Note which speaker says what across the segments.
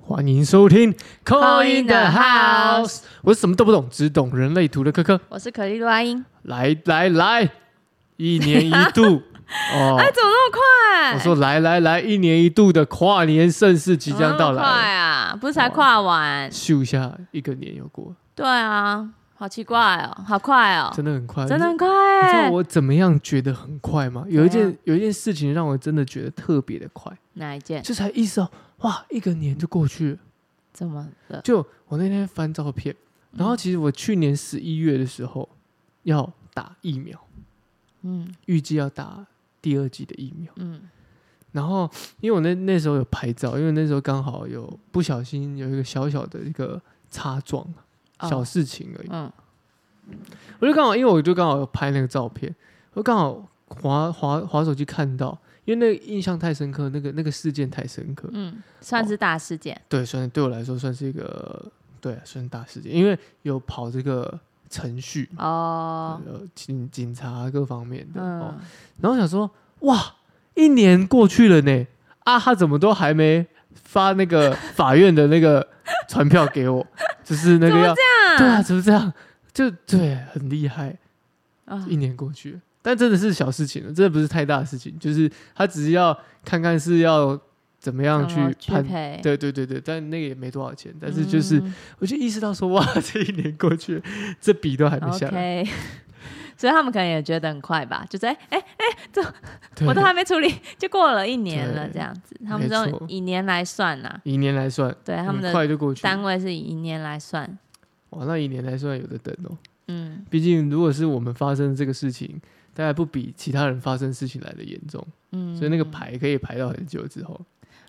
Speaker 1: 欢迎收听《Call in the
Speaker 2: House
Speaker 1: House》，我是什么都不懂，只懂人类图的科科。
Speaker 2: 我是可丽露阿英。
Speaker 1: 来来来，一年一 度哦
Speaker 2: 哎，，怎么那么快？
Speaker 1: 我说来来来，一年一度的跨年盛世即
Speaker 2: 即
Speaker 1: 将到
Speaker 2: 快
Speaker 1: 来了，
Speaker 2: 啊！不是才跨完？
Speaker 1: 咻一下，一个年又过，
Speaker 2: 对啊，好奇怪哦，好快哦，
Speaker 1: 真的很快，
Speaker 2: 真的很快
Speaker 1: 你知道
Speaker 2: 哎。
Speaker 1: 我怎么样觉得很快吗？有一
Speaker 2: 怎
Speaker 1: 件
Speaker 2: 样
Speaker 1: 有一件事情让我真的觉得特别的快，
Speaker 2: 哪一件？
Speaker 1: 就才意识到哇，一个年就过去了。
Speaker 2: 怎么了？
Speaker 1: 就我那天翻照片，然后其实我去年十一月的时候要打疫苗，
Speaker 2: 嗯
Speaker 1: 预计要打第二剂的疫苗。
Speaker 2: 嗯
Speaker 1: 然后因为我那那时候有拍照，因为那时候刚好有不小心有一个小小的一个擦撞，
Speaker 2: 哦
Speaker 1: 小事情而已。
Speaker 2: 嗯
Speaker 1: 我就刚好，因为我就刚好有拍那个照片，我刚好滑滑滑手机看到，因为那个印象太深刻，那个那个事件太深刻，
Speaker 2: 嗯，算是大事件。
Speaker 1: 对，算是对我来说算是一个对，啊算是大事件，因为有跑这个程序嘛，
Speaker 2: 哦，
Speaker 1: 呃，警警察各方面的、哦
Speaker 2: 嗯，，
Speaker 1: 然后想说，哇，一年过去了呢，啊，他怎么都还没发那 个法院的那个传票给我，就是那个
Speaker 2: 怎么
Speaker 1: 要
Speaker 2: 这
Speaker 1: 对啊，
Speaker 2: 样？
Speaker 1: 怎么这样？就对，很厉害，
Speaker 2: 啊
Speaker 1: 一年过去了，但真的是小事情了，啊真的不是太大的事情，就是他只是要看看是要怎么样去
Speaker 2: 怎么去
Speaker 1: 判。
Speaker 2: 赔，
Speaker 1: 对对对对，但那个也没多少钱，但是就是、
Speaker 2: 嗯
Speaker 1: 我就意识到说，哇， 这一年过去了，这笔都还 没下来
Speaker 2: OK。所 以他们可能也觉得很快吧，就是哎哎，
Speaker 1: 对
Speaker 2: 我都还没处理，就过了一年了
Speaker 1: 对
Speaker 2: 这样子。他们
Speaker 1: 没
Speaker 2: 这
Speaker 1: 错
Speaker 2: 种以年来算呐，
Speaker 1: 以年来算，
Speaker 2: 对他们
Speaker 1: 很
Speaker 2: 的
Speaker 1: 快就过去了。
Speaker 2: 单位是以年来算，
Speaker 1: 哇，那一年还算有的等哦。
Speaker 2: 嗯，
Speaker 1: 毕竟如果是我们发生这个事情，大概不比其他人发生事情来的严重，
Speaker 2: 嗯
Speaker 1: 所以那个排可以排到很久之后，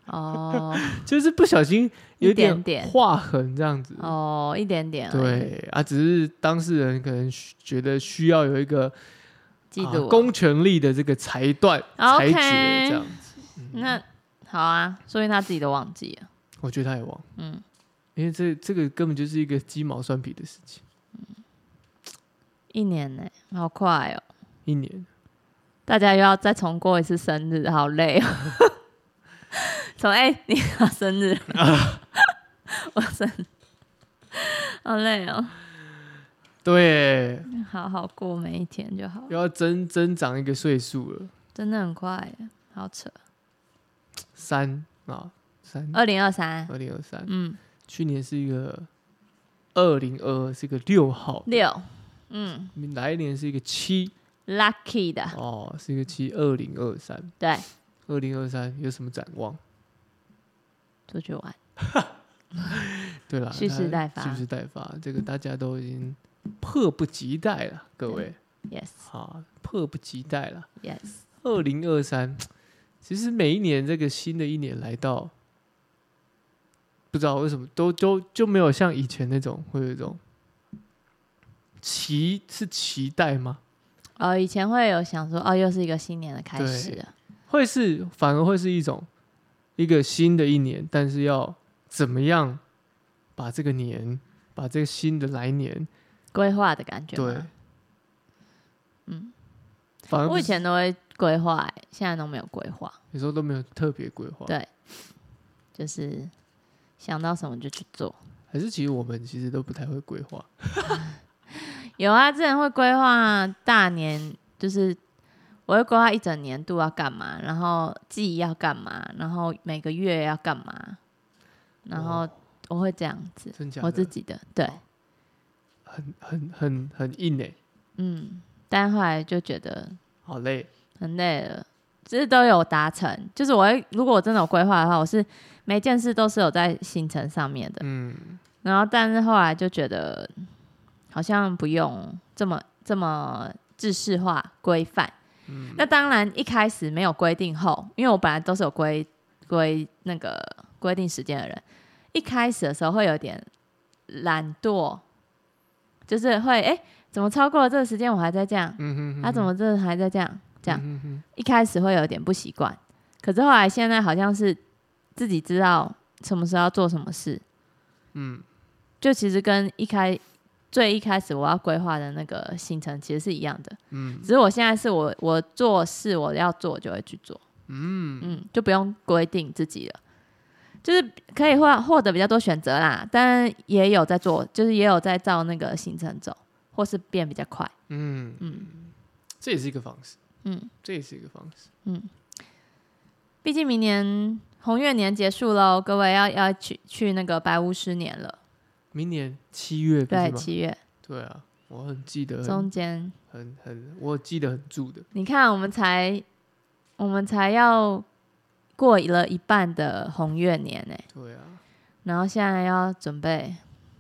Speaker 2: 哦
Speaker 1: 就是不小心有
Speaker 2: 一点点
Speaker 1: 划痕这样子。
Speaker 2: 哦一点点而已
Speaker 1: 对啊，只是当事人可能需觉得需要有一个
Speaker 2: 记
Speaker 1: 啊
Speaker 2: 住我
Speaker 1: 公权力的这个裁断、裁
Speaker 2: OK
Speaker 1: 决这样子。
Speaker 2: 那好啊，说明他自己都忘记了，
Speaker 1: 我觉得他也忘，
Speaker 2: 嗯，
Speaker 1: 因为这这个根本就是一个鸡毛蒜皮的事情，
Speaker 2: 一年呢、好快哦，
Speaker 1: 一年。
Speaker 2: 大家又要再重过一次生日，好累哦。 从哎、你要 生日，我生日，好累哦，
Speaker 1: 对，
Speaker 2: 好好过每一天就好，
Speaker 1: 又要增增长一个岁数了，
Speaker 2: 真的很快耶，好扯。
Speaker 1: 三啊，三
Speaker 2: 二零二三，
Speaker 1: 二零二三，
Speaker 2: 嗯，
Speaker 1: 去年是一个二零二二，是一个六号，
Speaker 2: 六，嗯
Speaker 1: 来年是一个七
Speaker 2: ，lucky 的，
Speaker 1: 哦，是一个七，二零二三，
Speaker 2: 对，
Speaker 1: 二零二三有什么展望？
Speaker 2: 出去玩。
Speaker 1: 对啦，
Speaker 2: 蓄势待发
Speaker 1: 蓄势待发，这个大家都已经迫不及待了，各位
Speaker 2: Yes,
Speaker 1: 啊，迫不及待了。
Speaker 2: yes，
Speaker 1: 二零二三，其实每一年这个新的一年来到，不知道为什么都都就没有像以前那种会有一种期是期待吗？
Speaker 2: 哦，以前会有想说，哦，又是一个新年的开始了，
Speaker 1: 会是反而会是一种一个新的一年，但是要怎么样把这个年，把这个新的来年，
Speaker 2: 规划的感觉吗。
Speaker 1: 对，反而不
Speaker 2: 嗯我以
Speaker 1: 是
Speaker 2: 前都会规划、欸，现在都没有规划，
Speaker 1: 有时候都没有特别规划，
Speaker 2: 对就是想到什么就去做。
Speaker 1: 还是其实我们其实都不太会规划，
Speaker 2: 有啊，之前会规划大年，就是我会规划一整年度要干嘛，然后季要干嘛，然后每个月要干嘛，然后
Speaker 1: 哦
Speaker 2: 我会这样子，
Speaker 1: 真假的
Speaker 2: 我自己的对，
Speaker 1: 很很很很硬哎、
Speaker 2: 嗯，但后来就觉得
Speaker 1: 好累。
Speaker 2: 很累了，只是都有达成。就是我会，如果我真的有规划的话，我是每件事都是有在行程上面的。
Speaker 1: 嗯，
Speaker 2: 然后，但是后来就觉得好像不用这么这么制式化规范。那当然一开始没有规定后，因为我本来都是有规规那个规定时间的人，一开始的时候会有点懒惰，就是会哎、诶怎么超过了这个时间我还在这样？
Speaker 1: 嗯哼哼
Speaker 2: 他、怎么这还在这样这样？
Speaker 1: 嗯哼哼
Speaker 2: 一开始会有点不习惯，可是后来现在好像是自己知道什么时候要做什么事，
Speaker 1: 嗯，
Speaker 2: 就其实跟一开最一开始我要规划的那个行程其实是一样的，
Speaker 1: 嗯
Speaker 2: 只是我现在是我我做事我要做就会去做，
Speaker 1: 嗯，
Speaker 2: 嗯，就不用规定自己了。就是可以获获得比较多选择啦，但也有在做，就是也有在照那个行程走，或是变比较快。
Speaker 1: 嗯
Speaker 2: 嗯
Speaker 1: 这也是一个方式，
Speaker 2: 嗯
Speaker 1: 这也是一个方式。
Speaker 2: 嗯，毕竟明年红月年结束喽，各位要要去去那个白巫师年了，
Speaker 1: 明年七月不
Speaker 2: 对，
Speaker 1: 是吗？
Speaker 2: 七月
Speaker 1: 对啊，我很记得很
Speaker 2: 中间
Speaker 1: 很很，我记得很住的。
Speaker 2: 你看，我们才我们才要过了一半的红月年呢、
Speaker 1: 对啊，
Speaker 2: 然后现在要准备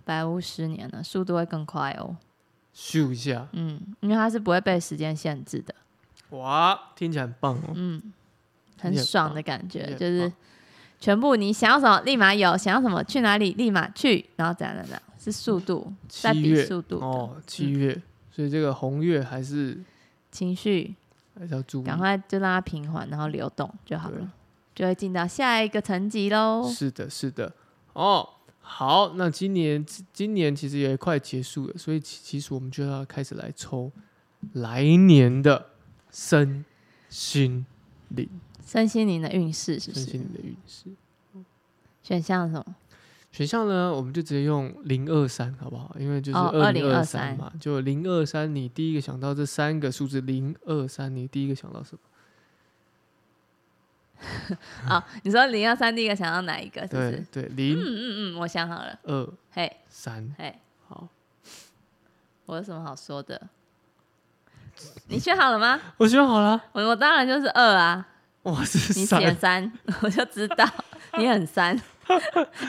Speaker 2: 白屋十年了，速度会更快哦。
Speaker 1: 咻一下，
Speaker 2: 嗯，因为它是不会被时间限制的，
Speaker 1: 哇，听起来很棒哦。
Speaker 2: 嗯，
Speaker 1: 你
Speaker 2: 很
Speaker 1: 很
Speaker 2: 爽
Speaker 1: 棒
Speaker 2: 的感
Speaker 1: 你
Speaker 2: 觉，
Speaker 1: 很
Speaker 2: 就是
Speaker 1: 棒
Speaker 2: 全部你想要什么立马有，想要什么去哪里立马去，然后怎样怎样怎样，是速度在
Speaker 1: 七
Speaker 2: 比
Speaker 1: 月
Speaker 2: 速度的、嗯
Speaker 1: 哦，七月，所以这个红月还是
Speaker 2: 情绪，
Speaker 1: 还是要注意。
Speaker 2: 赶快就让它平缓，然后流动就好
Speaker 1: 对
Speaker 2: 了，就会进到下一个层级喽。
Speaker 1: 是的，是的。哦，好，那今年今年其实也快结束了，所以其其实我们就要开始来抽来年的身心灵，
Speaker 2: 身心灵的运势是不
Speaker 1: 身
Speaker 2: 是
Speaker 1: 心？灵的运势。
Speaker 2: 选项是什 么？
Speaker 1: 选项呢，我们就直接用零二三，好不好？因为就是
Speaker 2: 哦
Speaker 1: 二零二
Speaker 2: 2023
Speaker 1: 三嘛，就零二三，你第一个想到这三个数字，零二三，你第一个想到什么？
Speaker 2: 哦，你说零幺三第一个想要哪一个？是不是？
Speaker 1: 对对，零
Speaker 2: 嗯嗯嗯，我想好了。
Speaker 1: 二
Speaker 2: 嘿，
Speaker 1: 三，
Speaker 2: 嘿，
Speaker 1: 好，
Speaker 2: 我有什么好说的？你选好了吗？
Speaker 1: 我选好了，
Speaker 2: 我我当然就是二啊，
Speaker 1: 哇，是
Speaker 2: 你
Speaker 1: 三，
Speaker 2: 选三， 我就知道你很 三。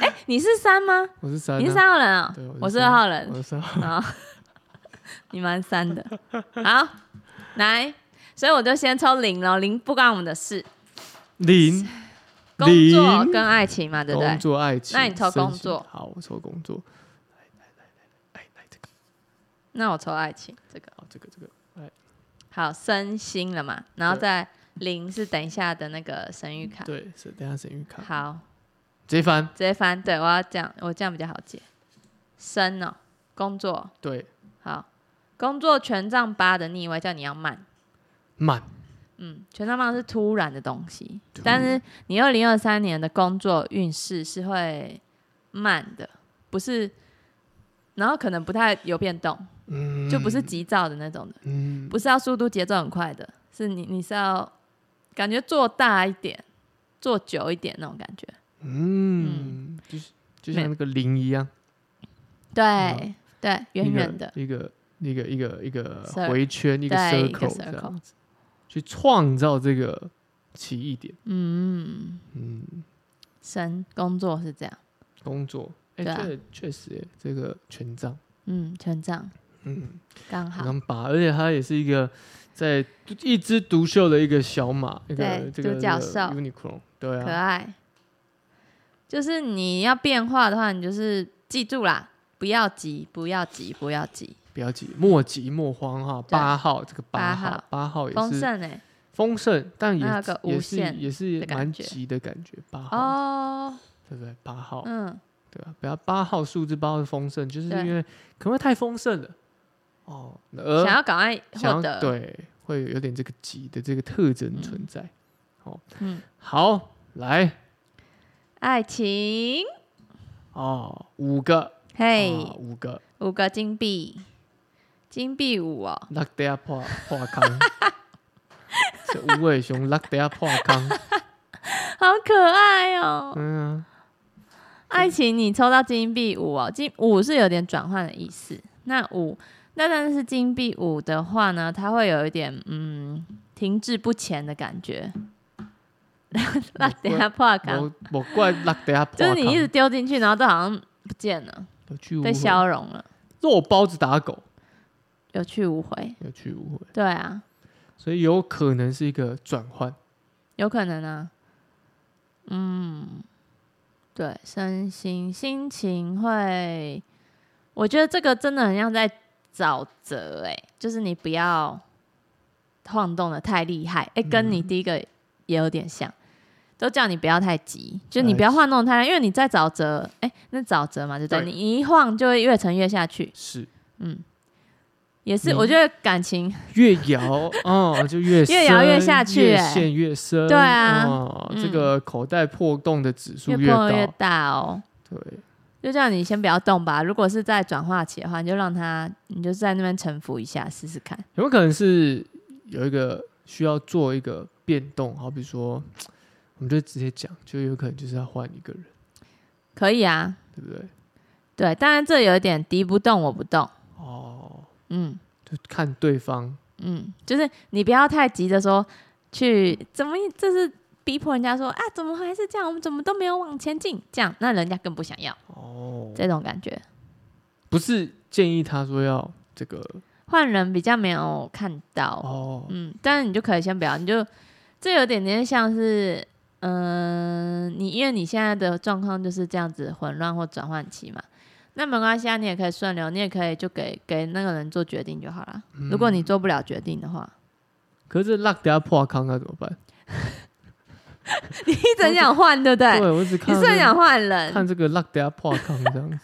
Speaker 2: 哎、你是三吗？
Speaker 1: 我是三、啊，
Speaker 2: 你是三号人啊、
Speaker 1: 对
Speaker 2: 我
Speaker 1: 我是
Speaker 2: 是
Speaker 1: 三
Speaker 2: 二号人
Speaker 1: 我。是三，
Speaker 2: 好，你蛮三的。好，来，所以我就先抽零喽，零不关我们的事，
Speaker 1: 零，
Speaker 2: 工作
Speaker 1: 零
Speaker 2: 跟爱情嘛，对不对
Speaker 1: 工？作爱情，
Speaker 2: 那你抽
Speaker 1: 身
Speaker 2: 工
Speaker 1: 心
Speaker 2: 作
Speaker 1: 好，我抽工作，
Speaker 2: 那我抽爱情这个。
Speaker 1: 好，这个这个
Speaker 2: 好，身心了嘛，然后
Speaker 1: 对
Speaker 2: 再零是等一下的那个神谕卡。
Speaker 1: 对，是等一下神谕卡，
Speaker 2: 好，
Speaker 1: 直接翻，
Speaker 2: 直接翻。对我要这样，我这样比较好解。身哦，工作
Speaker 1: 对，
Speaker 2: 好，工作权杖八的逆位叫你要慢。
Speaker 1: 慢，
Speaker 2: 嗯，权杖八是突然的东西，但是你二零二三年的工作运势是会慢的，不是，然后可能不太有变动，
Speaker 1: 嗯，
Speaker 2: 就不是，急躁的那种的，
Speaker 1: 嗯，
Speaker 2: 不是要速度节奏很快的，是你你是要感觉做大一点，做久一点那种感觉。
Speaker 1: 嗯，就是就
Speaker 2: 没
Speaker 1: 像那个零一样，
Speaker 2: 对、
Speaker 1: 嗯
Speaker 2: 对，
Speaker 1: 一
Speaker 2: 远
Speaker 1: 个
Speaker 2: 远的，
Speaker 1: 一个一个一个一个
Speaker 2: Cir-
Speaker 1: 回圈，一个
Speaker 2: 对一个
Speaker 1: circle 这
Speaker 2: circle
Speaker 1: 样子，去创造这个奇异点，
Speaker 2: 嗯，
Speaker 1: 嗯，
Speaker 2: 神工作是这样，
Speaker 1: 工作，哎，
Speaker 2: 对啊
Speaker 1: 确确实耶，这个权杖，
Speaker 2: 嗯，权杖
Speaker 1: 嗯。
Speaker 2: 刚
Speaker 1: 很
Speaker 2: 好，
Speaker 1: 能拔，而且它也是一个在一枝独秀的一个小马，一个
Speaker 2: 对
Speaker 1: 这个
Speaker 2: 独角
Speaker 1: 这个
Speaker 2: 兽
Speaker 1: unicorn，对
Speaker 2: 可
Speaker 1: 啊，
Speaker 2: 爱。就是你要变化的话，你就是记住啦，不要急，不要急，不要急，
Speaker 1: 不要急，莫急莫慌哈。
Speaker 2: 对
Speaker 1: 八号这个八
Speaker 2: 八
Speaker 1: 号
Speaker 2: 号，
Speaker 1: 八号也
Speaker 2: 丰
Speaker 1: 是
Speaker 2: 盛哎、
Speaker 1: 丰盛，但也
Speaker 2: 那个无
Speaker 1: 也是
Speaker 2: 限
Speaker 1: 也是
Speaker 2: 的感
Speaker 1: 蛮
Speaker 2: 觉
Speaker 1: 急的感觉。八号
Speaker 2: 哦，
Speaker 1: 对不对？八号
Speaker 2: 嗯，
Speaker 1: 对啊吧？不要八号数字八号是丰盛，就是
Speaker 2: 对
Speaker 1: 因为可能会太丰盛了哦，而
Speaker 2: 想要赶快
Speaker 1: 想要
Speaker 2: 获得，
Speaker 1: 对会有点这个急的这个特征存在。哦
Speaker 2: 嗯，
Speaker 1: 好，来
Speaker 2: 爱情，
Speaker 1: 哦，五个，
Speaker 2: 嘿，
Speaker 1: 啊五个。
Speaker 2: 五个金币，金币五哦，
Speaker 1: 落地啊破破空， 这无尾熊落地啊破空，
Speaker 2: 好可爱哦。
Speaker 1: 嗯、啊，
Speaker 2: 爱情，你抽到金币五哦，金五是有点转换的意思。那五，那但是金币五的话呢，它会有一点嗯停滞不前的感觉。
Speaker 1: 啊
Speaker 2: 那等一下破缸，
Speaker 1: 我我怪落地啊破
Speaker 2: 就是
Speaker 1: 空，
Speaker 2: 你一直丢进去，然后都好像不见了，
Speaker 1: 有去无
Speaker 2: 被
Speaker 1: 回，
Speaker 2: 消融了，
Speaker 1: 肉包子打狗
Speaker 2: 有去无回。
Speaker 1: 有去无回，
Speaker 2: 对啊，
Speaker 1: 所以有可能是一个转换，
Speaker 2: 有可能啊。嗯，对，身心心情会，我觉得这个真的很像在沼泽，哎，就是你不要晃动的太厉害，哎、跟你第一个也有点像，都叫你不要太急，就你不要晃动得太厉害，因为你在沼泽，哎、那沼泽嘛，对不对？
Speaker 1: 对
Speaker 2: 你一晃就会越沉越下去，
Speaker 1: 是
Speaker 2: 嗯，也是，
Speaker 1: 嗯
Speaker 2: 我觉得感情
Speaker 1: 越摇 哦，就越
Speaker 2: 越摇越
Speaker 1: 深
Speaker 2: 下去
Speaker 1: 越
Speaker 2: 欸
Speaker 1: 陷越深。
Speaker 2: 对啊
Speaker 1: 哦这
Speaker 2: 嗯
Speaker 1: 个口袋破洞的指数
Speaker 2: 越
Speaker 1: 越高
Speaker 2: 碰，越大哦。
Speaker 1: 对，
Speaker 2: 就叫你先不要动吧。如果是在转化期的话，你就让它，你就在那边沉浮一下，试试看。
Speaker 1: 有没有可能是有一个需要做一个变动？好比说，我们就直接讲，就有可能就是要换一个人，
Speaker 2: 可以啊，
Speaker 1: 对不对？
Speaker 2: 对。当然这有一点敌不动我不动，
Speaker 1: 哦，
Speaker 2: 嗯
Speaker 1: 就看对方
Speaker 2: 嗯，就是你不要太急着说去怎么，这是逼迫人家说啊，怎么还是这样？我们怎么都没有往前进？这样，那人家更不想要
Speaker 1: 哦，
Speaker 2: 这种感觉。
Speaker 1: 不是建议他说要这个
Speaker 2: 换人比较没有看到，
Speaker 1: 哦，
Speaker 2: 嗯，但是你就可以先不要，你就这有点点像是，嗯、你因为你现在的状况就是这样子混乱或转换期嘛，那没关系啊，你也可以顺流，你也可以就给给那个人做决定就好了。如果你做不了决定的话，
Speaker 1: 可是落等下破康那怎么办？
Speaker 2: 你一直很想换，对不对？
Speaker 1: 对我只
Speaker 2: 你
Speaker 1: 看到
Speaker 2: 是不是很
Speaker 1: 这
Speaker 2: 想换人，
Speaker 1: 看这个落等下破康这样子，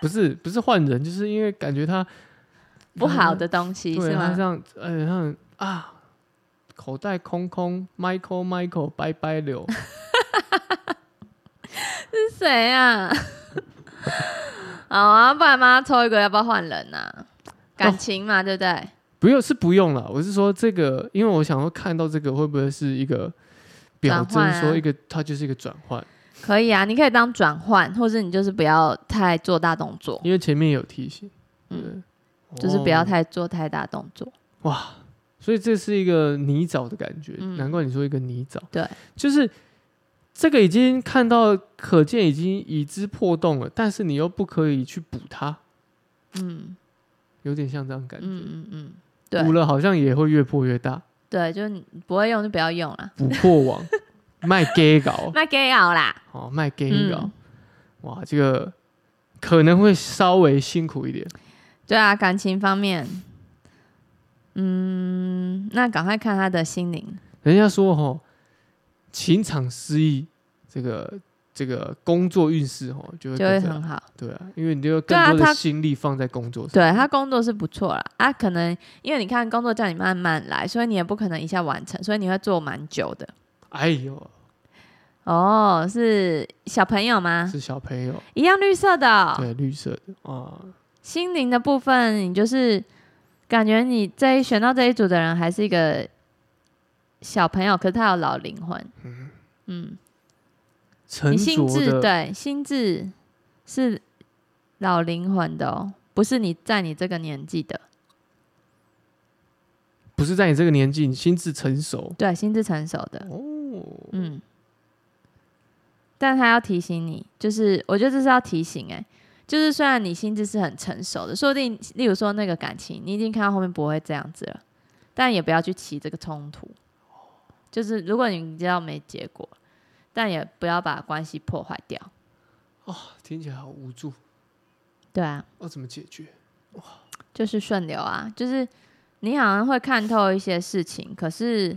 Speaker 1: 不是不是换人，就是因为感觉他
Speaker 2: 不好的东西
Speaker 1: 对
Speaker 2: 是
Speaker 1: 他
Speaker 2: 吗
Speaker 1: 这？样，呃，他很啊，口袋空空，Michael Michael 拜拜流，
Speaker 2: 是谁啊？ 好啊，不然妈抽一个，要不要换人啊？感情嘛，对不对？
Speaker 1: 不用是不用了，我是说这个，因为我想说看到这个会不会是一个表征
Speaker 2: 转换，啊
Speaker 1: 说一个它就是一个转换，
Speaker 2: 可以啊，你可以当转换，或者你就是不要太做大动作，
Speaker 1: 因为前面有提醒，
Speaker 2: 嗯
Speaker 1: 对
Speaker 2: 就是不要
Speaker 1: 哦
Speaker 2: 太做太大动作。
Speaker 1: 哇，所以这是一个泥沼的感觉，
Speaker 2: 嗯
Speaker 1: 难怪你说一个泥沼。
Speaker 2: 对，
Speaker 1: 就是这个已经看到，可见已经已知破洞了，但是你又不可以去补它，
Speaker 2: 嗯
Speaker 1: 有点像这样感觉。
Speaker 2: 嗯嗯嗯，对
Speaker 1: 补了好像也会越破越大，
Speaker 2: 对，就是你不会用就不要用啦，
Speaker 1: 补破 网卖 gay 搞
Speaker 2: 卖给我啦。
Speaker 1: 哦，卖 gay 搞
Speaker 2: 嗯，，
Speaker 1: 哇，这个可能会稍微辛苦一点。
Speaker 2: 对啊，感情方面，嗯，那赶快看他的心灵，
Speaker 1: 人家说哈，情场失意，这个这个工作运势哈就会
Speaker 2: 就会
Speaker 1: 跟着
Speaker 2: 很好。
Speaker 1: 对啊，因为你就有
Speaker 2: 对
Speaker 1: 更
Speaker 2: 啊
Speaker 1: 多的
Speaker 2: 他
Speaker 1: 心力放在工作上。
Speaker 2: 对他工作是不错啦，啊，可能因为你看工作叫你慢慢来，所以你也不可能一下完成，所以你会做蛮久的。
Speaker 1: 哎
Speaker 2: 啊
Speaker 1: 呦，
Speaker 2: 哦，是小朋友吗？
Speaker 1: 是小朋友，
Speaker 2: 一样绿色的哦、
Speaker 1: 对，绿色的啊，
Speaker 2: 心灵的部分，你就是感觉你这一选到这一组的人还是一个小朋友，可是他有老灵魂。嗯，
Speaker 1: 沉
Speaker 2: 你心智
Speaker 1: 着的，
Speaker 2: 对心智是老灵魂的哦，不是你在你这个年纪的。
Speaker 1: 不是在你这个年纪，你心智成熟
Speaker 2: 对，心智成熟的，
Speaker 1: 哦，
Speaker 2: 嗯。但他要提醒你，就是我觉得这是要提醒哎、就是虽然你心智是很成熟的，说不定例如说那个感情，你已经看到后面不会这样子了，但也不要去起这个冲突。就是如果你知道没结果，但也不要把关系破坏掉。
Speaker 1: 听起来好无助，
Speaker 2: 对啊，
Speaker 1: 要怎么解决？
Speaker 2: 就是顺流啊，就是你好像会看透一些事情，可是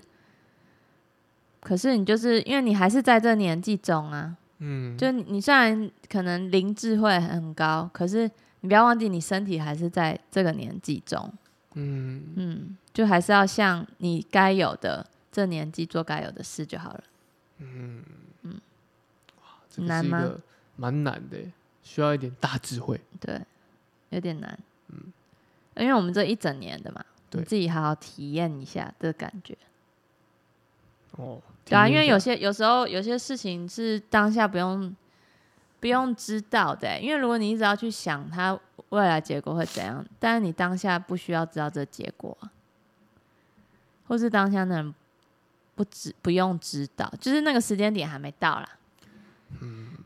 Speaker 2: 可是你就是因为你还是在这年纪中啊，
Speaker 1: 嗯，
Speaker 2: 就你你虽然可能灵智慧很高，可是你不要忘记，你身体还是在这个年纪中，
Speaker 1: 嗯，
Speaker 2: 嗯，就还是要像你该有的这年纪做该有的事就好了。
Speaker 1: 这个
Speaker 2: 难
Speaker 1: 是一
Speaker 2: 吗
Speaker 1: 个蛮难的耶，需要一点大智慧。
Speaker 2: 对，有点难，嗯，因为我们这一整年的嘛，
Speaker 1: 对
Speaker 2: 你自己好好体验一下这个感觉。
Speaker 1: 哦，
Speaker 2: 对啊，
Speaker 1: 听
Speaker 2: 因为
Speaker 1: 起来
Speaker 2: 有些有时候有些事情是当下不用不用知道的欸、因为如果你一直要去想它未来结果会怎样，但是你当下不需要知道这结果啊，或是当下那人不知不用知道，就是那个时间点还没到啦。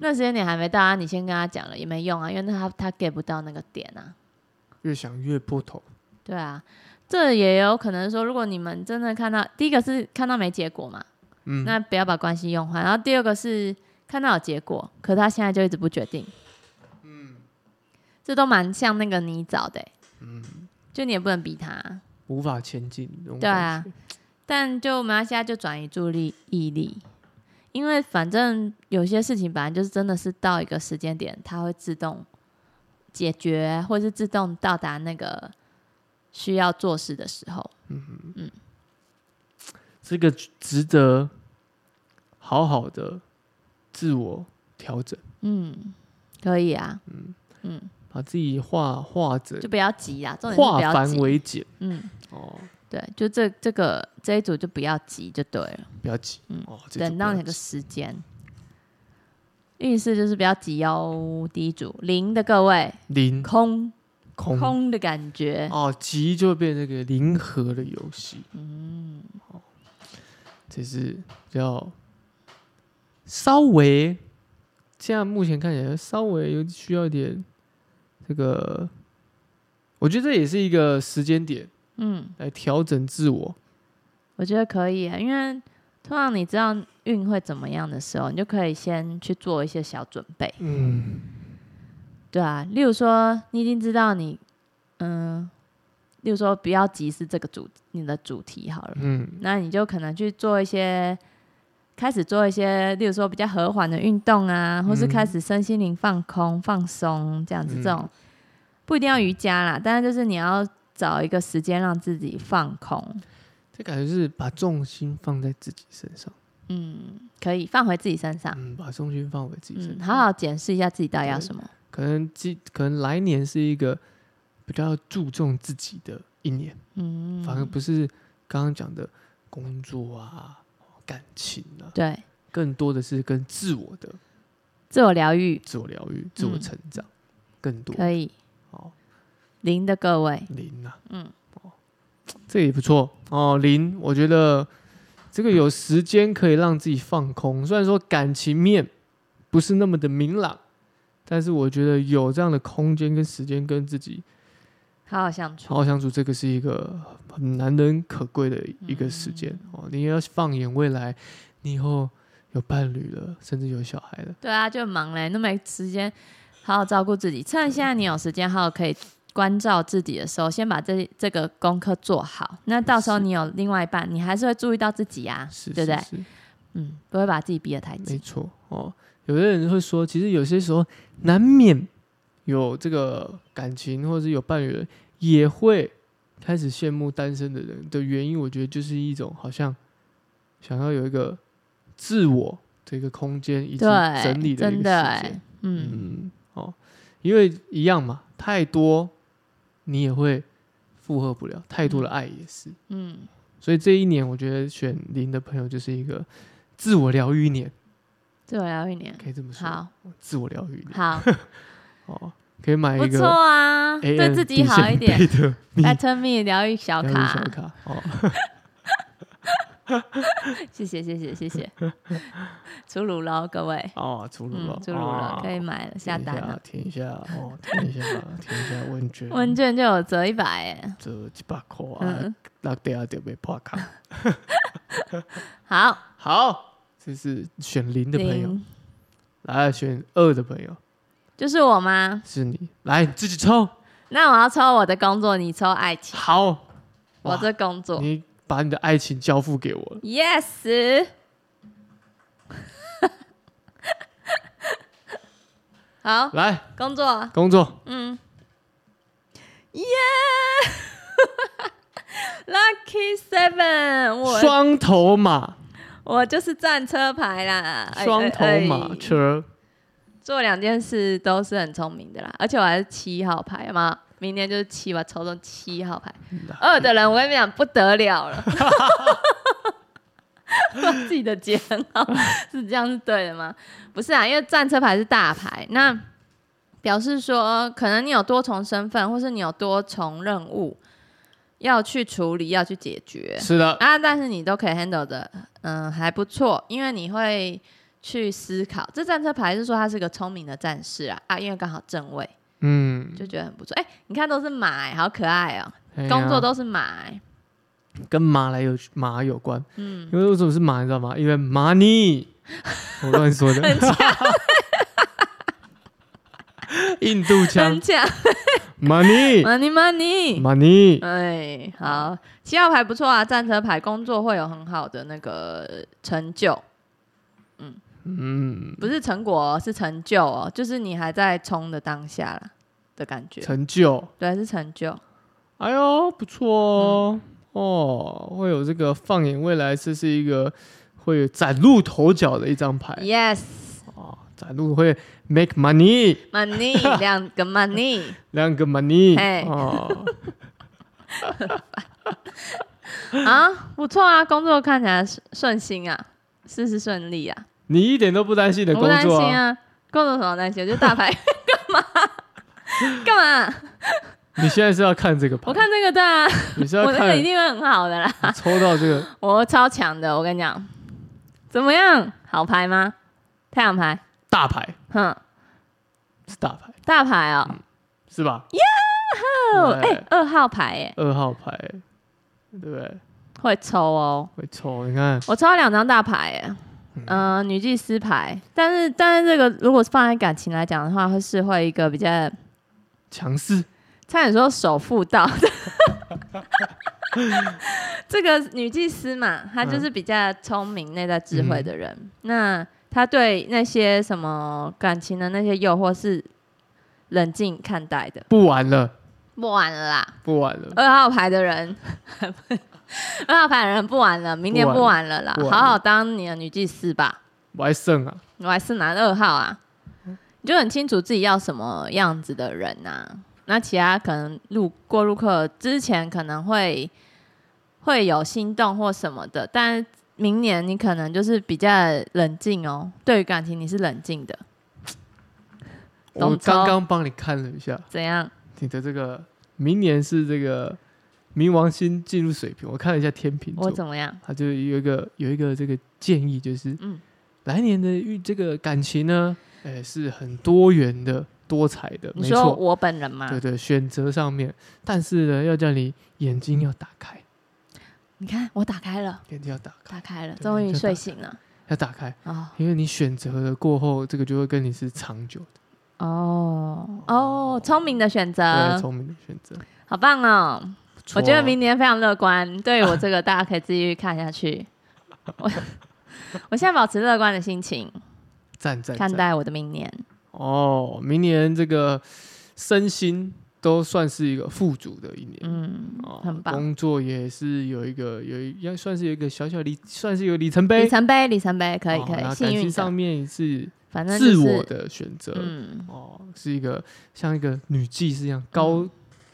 Speaker 2: 那时间点还没到啊，你先跟他讲了也没用啊，因为那他他 get 不到那个点啊。
Speaker 1: 越想越破头，
Speaker 2: 对啊，这也有可能说，如果你们真的看到，第一个是看到没结果嘛，
Speaker 1: 嗯
Speaker 2: 那不要把关系用坏。然后第二个是看到有结果，可他现在就一直不决定，嗯，这都蛮像那个泥沼的欸、就你也不能逼他，
Speaker 1: 无法前进那种
Speaker 2: 对
Speaker 1: 感
Speaker 2: 啊
Speaker 1: 觉。
Speaker 2: 但就我们要现在就转移注意毅力，因为反正有些事情本来就是真的是到一个时间点，它会自动解决，或是自动到达那个需要做事的时候，
Speaker 1: 这个值得好好的自我调整，
Speaker 2: 嗯，可以啊，嗯
Speaker 1: 把自己化化整
Speaker 2: 就不要急啊，重点是
Speaker 1: 化
Speaker 2: 不要
Speaker 1: 繁
Speaker 2: 急，
Speaker 1: 为简
Speaker 2: 嗯，
Speaker 1: 哦，
Speaker 2: 对，就这这个这一组就不要急就对了，
Speaker 1: 不要急
Speaker 2: 嗯
Speaker 1: 哦，这就
Speaker 2: 等
Speaker 1: 不
Speaker 2: 到
Speaker 1: 要
Speaker 2: 那个
Speaker 1: 急
Speaker 2: 时间。运势就是不要急哦，第一组零的各位，
Speaker 1: 零
Speaker 2: 空
Speaker 1: 空
Speaker 2: 空的感觉，
Speaker 1: 哦，急就会变成那个零和的游戏，哦
Speaker 2: 嗯，
Speaker 1: 这是比较稍微，现在目前看起来稍微有需要一点这个，我觉得这也是一个时间点，
Speaker 2: 嗯，
Speaker 1: 来调整自我，
Speaker 2: 我觉得可以啊，因为通常你知道运会怎么样的时候，你就可以先去做一些小准备，
Speaker 1: 嗯，
Speaker 2: 对啊，例如说你已经知道你，嗯，例如说不要急是这个主你的主题好了，
Speaker 1: 嗯，
Speaker 2: 那你就可能去做一些。开始做一些，例如说比较和缓的运动啊，或是
Speaker 1: 嗯
Speaker 2: 开始身心灵放空、放松这样子，
Speaker 1: 嗯
Speaker 2: 这种不一定要瑜伽啦，但是就是你要找一个时间让自己放空，
Speaker 1: 这感觉是把重心放在自己身上，
Speaker 2: 嗯，可以放回自己身上，
Speaker 1: 嗯，把重心放回自己身
Speaker 2: 啊嗯，
Speaker 1: 上，
Speaker 2: 好好检视一下自己到底要什么。
Speaker 1: 可能今可能来年是一个比较注重自己的一年，
Speaker 2: 嗯，
Speaker 1: 反而不是刚刚讲的工作啊、感情啊，
Speaker 2: 对，
Speaker 1: 更多的是跟自我的
Speaker 2: 自我疗愈
Speaker 1: 自我疗愈、自我成长，更多
Speaker 2: 嗯可以
Speaker 1: 哦，
Speaker 2: 零的各位，
Speaker 1: 零啊，
Speaker 2: 嗯，
Speaker 1: 哦，这也不错哦，零，我觉得这个有时间可以让自己放空，虽然说感情面不是那么的明朗，但是我觉得有这样的空间跟时间跟自己
Speaker 2: 好好相
Speaker 1: 好
Speaker 2: 处。
Speaker 1: 好相处，这个是一个很难能可贵的一个时间、
Speaker 2: 嗯
Speaker 1: 哦。你要放眼未来，你以后有伴侣了，甚至有小孩了，
Speaker 2: 对啊，就很忙嘞，那没时间好好照顾自己。趁现在你有时间，好好可以关照自己的时候，先把这这个功课做好。那到时候
Speaker 1: 是
Speaker 2: 你有另外一半，你还是会注意到自己啊，
Speaker 1: 是，
Speaker 2: 对不对
Speaker 1: 是？是
Speaker 2: 嗯，不会把自己逼得太
Speaker 1: 没
Speaker 2: 紧。
Speaker 1: 错哦，有的人会说，其实有些时候难免有这个感情或者是有伴侣的人，也会开始羡慕单身的人的原因，我觉得就是一种好像想要有一个自我的一个空间以及
Speaker 2: 对，
Speaker 1: 整理的一
Speaker 2: 真
Speaker 1: 个
Speaker 2: 的
Speaker 1: 时
Speaker 2: 哎
Speaker 1: 间。，
Speaker 2: 嗯，
Speaker 1: 嗯，哦，因为一样嘛，太多你也会负荷不了，太多的爱也是。
Speaker 2: 嗯，
Speaker 1: 所以这一年，我觉得选零的朋友就是一个自我疗愈年，
Speaker 2: 自我疗愈年，
Speaker 1: 可以这么说。
Speaker 2: 啊好
Speaker 1: 自我疗愈的
Speaker 2: 好，
Speaker 1: 哦，可以买
Speaker 2: 不
Speaker 1: 一
Speaker 2: 错
Speaker 1: 个
Speaker 2: 啊，
Speaker 1: AM
Speaker 2: 对自己好一点
Speaker 1: 底。线杯的你
Speaker 2: ，Better Me 疗愈小
Speaker 1: 疗愈
Speaker 2: 卡
Speaker 1: 小，卡 哦，
Speaker 2: 谢谢谢谢谢 谢，出炉喽各位，
Speaker 1: 哦，出炉了
Speaker 2: 嗯，，出炉了
Speaker 1: 哦，
Speaker 2: 可以买了，下单了，
Speaker 1: 填一下，填一下哦，填一下，填一下问 卷，
Speaker 2: 问卷就有折一百耶，
Speaker 1: 这几百块啊
Speaker 2: 嗯，，
Speaker 1: 那等下就被破卡。
Speaker 2: 好，
Speaker 1: 好，这是选零的朋友，
Speaker 2: 零
Speaker 1: 来选二的朋友
Speaker 2: 就是我吗？
Speaker 1: 是你，来自己抽，
Speaker 2: 那我要抽我的工作，你抽爱情，
Speaker 1: 好，
Speaker 2: 我这工作
Speaker 1: 你把你的爱情交付给我了，
Speaker 2: ，Yes，好，
Speaker 1: 来
Speaker 2: 工作，
Speaker 1: 工作，
Speaker 2: 嗯，耶，Lucky Seven，我
Speaker 1: 双头马，
Speaker 2: 我就是战车牌啦，哎
Speaker 1: 双头
Speaker 2: 哎
Speaker 1: 马
Speaker 2: 哎
Speaker 1: 车，
Speaker 2: 做两件事都是很聪明的啦，而且我还是七号牌嘛，明年就是七吧，抽中七号牌。二的人我跟你讲不得了了，说自己的节很好，是这样是对的吗？不是啊，因为战车牌是大牌，那表示说可能你有多重身份，或是你有多重任务要去处理、要去解决。
Speaker 1: 是的，
Speaker 2: 啊，但是你都可以 handle 的，嗯，还不错，因为你会去思考。这战车牌是说他是个聪明的战士啊，啊，因为刚好正位，
Speaker 1: 嗯，
Speaker 2: 就觉得很不错。哎、你看都是马、哎好可爱哦、
Speaker 1: 哎呀
Speaker 2: 工作都是马、哎
Speaker 1: 跟马来有马有关，嗯，因为为什么是马，你知道吗？因为 money，我乱说的， 印度腔
Speaker 2: 真假
Speaker 1: money
Speaker 2: ，money money。
Speaker 1: money，
Speaker 2: 哎，好，七号牌不错啊，战车牌工作会有很好的那个成就，
Speaker 1: 嗯，
Speaker 2: 不是成果哦、是成就哦，就是你还在冲的当下啦的感觉，
Speaker 1: 成就
Speaker 2: 对，是成就，
Speaker 1: 哎呦，不错哦，哦，会有这个放眼未来，这是一个会崭露头角的一张牌
Speaker 2: Yes,
Speaker 1: 哦，崭露会 make money，
Speaker 2: money 两个 money，
Speaker 1: 两个 money
Speaker 2: 嘿
Speaker 1: 哦，
Speaker 2: 啊，不错啊，工作看起来顺顺心啊，事事顺利啊，
Speaker 1: 你一点都不担心你的
Speaker 2: 我
Speaker 1: 工
Speaker 2: 不担
Speaker 1: 作
Speaker 2: 心啊，工作什么担心？我就大牌 干嘛？干嘛？
Speaker 1: 你现在是要看这个牌，
Speaker 2: 我看这个对啊，
Speaker 1: 你是要
Speaker 2: 我这
Speaker 1: 看
Speaker 2: 个一定会很好的啦，
Speaker 1: 你抽到这个
Speaker 2: 我超强的，我跟你讲，怎么样？好牌吗？太阳牌，
Speaker 1: 大牌
Speaker 2: 哼，
Speaker 1: 是大牌
Speaker 2: 大牌哦，
Speaker 1: 是吧？
Speaker 2: 哦，
Speaker 1: 对
Speaker 2: 哎，二号牌耶，
Speaker 1: 二号牌，对不对？
Speaker 2: 会抽哦。
Speaker 1: 会抽，你看
Speaker 2: 我抽了两张大牌耶，嗯、女祭司牌，但是但是这个如果放在感情来讲的话，会是会一个比较
Speaker 1: 强势，
Speaker 2: 差点说首付到， 这个女祭司嘛，她
Speaker 1: 嗯
Speaker 2: 就是比较聪明、内在智慧的人，那她对那些什么感情的那些诱惑是冷静看待的，
Speaker 1: 不玩了，
Speaker 2: 不玩了啦，
Speaker 1: 不玩了，
Speaker 2: 二号牌的人，二号牌的人不玩了，明年
Speaker 1: 不
Speaker 2: 不
Speaker 1: 玩
Speaker 2: 玩了啦，
Speaker 1: 不玩了
Speaker 2: 好好当你的女祭司吧。
Speaker 1: 我还剩啊，
Speaker 2: 我还是拿二号啊，你就很清楚自己要什么样子的人呐、那其他可能路过路客之前可能会会有心动或什么的，但明年你可能就是比较冷静哦。对于感情你是冷静的，
Speaker 1: 我
Speaker 2: 懂抽
Speaker 1: 刚刚帮你看了一下，
Speaker 2: 怎样？
Speaker 1: 你的这个明年是这个冥王星进入水瓶，我看了一下天平
Speaker 2: 我
Speaker 1: 座，
Speaker 2: 怎么样？
Speaker 1: 他就有一个有一个这个建议，就是
Speaker 2: 嗯
Speaker 1: 来年的遇这个感情呢，哎，是很多元的、多彩的，
Speaker 2: 你
Speaker 1: 没
Speaker 2: 说
Speaker 1: 错，
Speaker 2: 我啊本人吗？
Speaker 1: 对对，选择上面，但是呢，要叫你眼睛要打开，
Speaker 2: 你看我打开了，
Speaker 1: 眼睛要打开，
Speaker 2: 打开了，
Speaker 1: 对
Speaker 2: 终
Speaker 1: 你
Speaker 2: 于
Speaker 1: 就
Speaker 2: 睡
Speaker 1: 打
Speaker 2: 醒了。
Speaker 1: 要打开，
Speaker 2: 哦
Speaker 1: 因为你选择了过后，这个就会跟你是长久的，
Speaker 2: 哦哦，聪明的选
Speaker 1: 对，
Speaker 2: 择，
Speaker 1: 聪明的选择。
Speaker 2: 好棒哦！
Speaker 1: 不错
Speaker 2: 啊我觉得
Speaker 1: 哦
Speaker 2: 明年非常乐观，对于我这个大家可以继续看下去。我 我现在保持乐观的心情
Speaker 1: 赞赞
Speaker 2: 看
Speaker 1: 赞
Speaker 2: 待我的明年，
Speaker 1: 哦，明年这个身心都算是一个富足的一年。
Speaker 2: 嗯，
Speaker 1: 哦
Speaker 2: 很棒
Speaker 1: 工作也是有一个有一要算是有一个小小里，算是有里程碑，
Speaker 2: 里程碑，里程碑，可以
Speaker 1: 哦
Speaker 2: 可
Speaker 1: 然
Speaker 2: 以，
Speaker 1: 后
Speaker 2: 幸
Speaker 1: 感情
Speaker 2: 运
Speaker 1: 上
Speaker 2: 的，
Speaker 1: 面是
Speaker 2: 反正
Speaker 1: 自
Speaker 2: 就
Speaker 1: 我
Speaker 2: 是
Speaker 1: 的选择，
Speaker 2: 嗯，
Speaker 1: 哦，是一个像一个女祭司一样高
Speaker 2: 嗯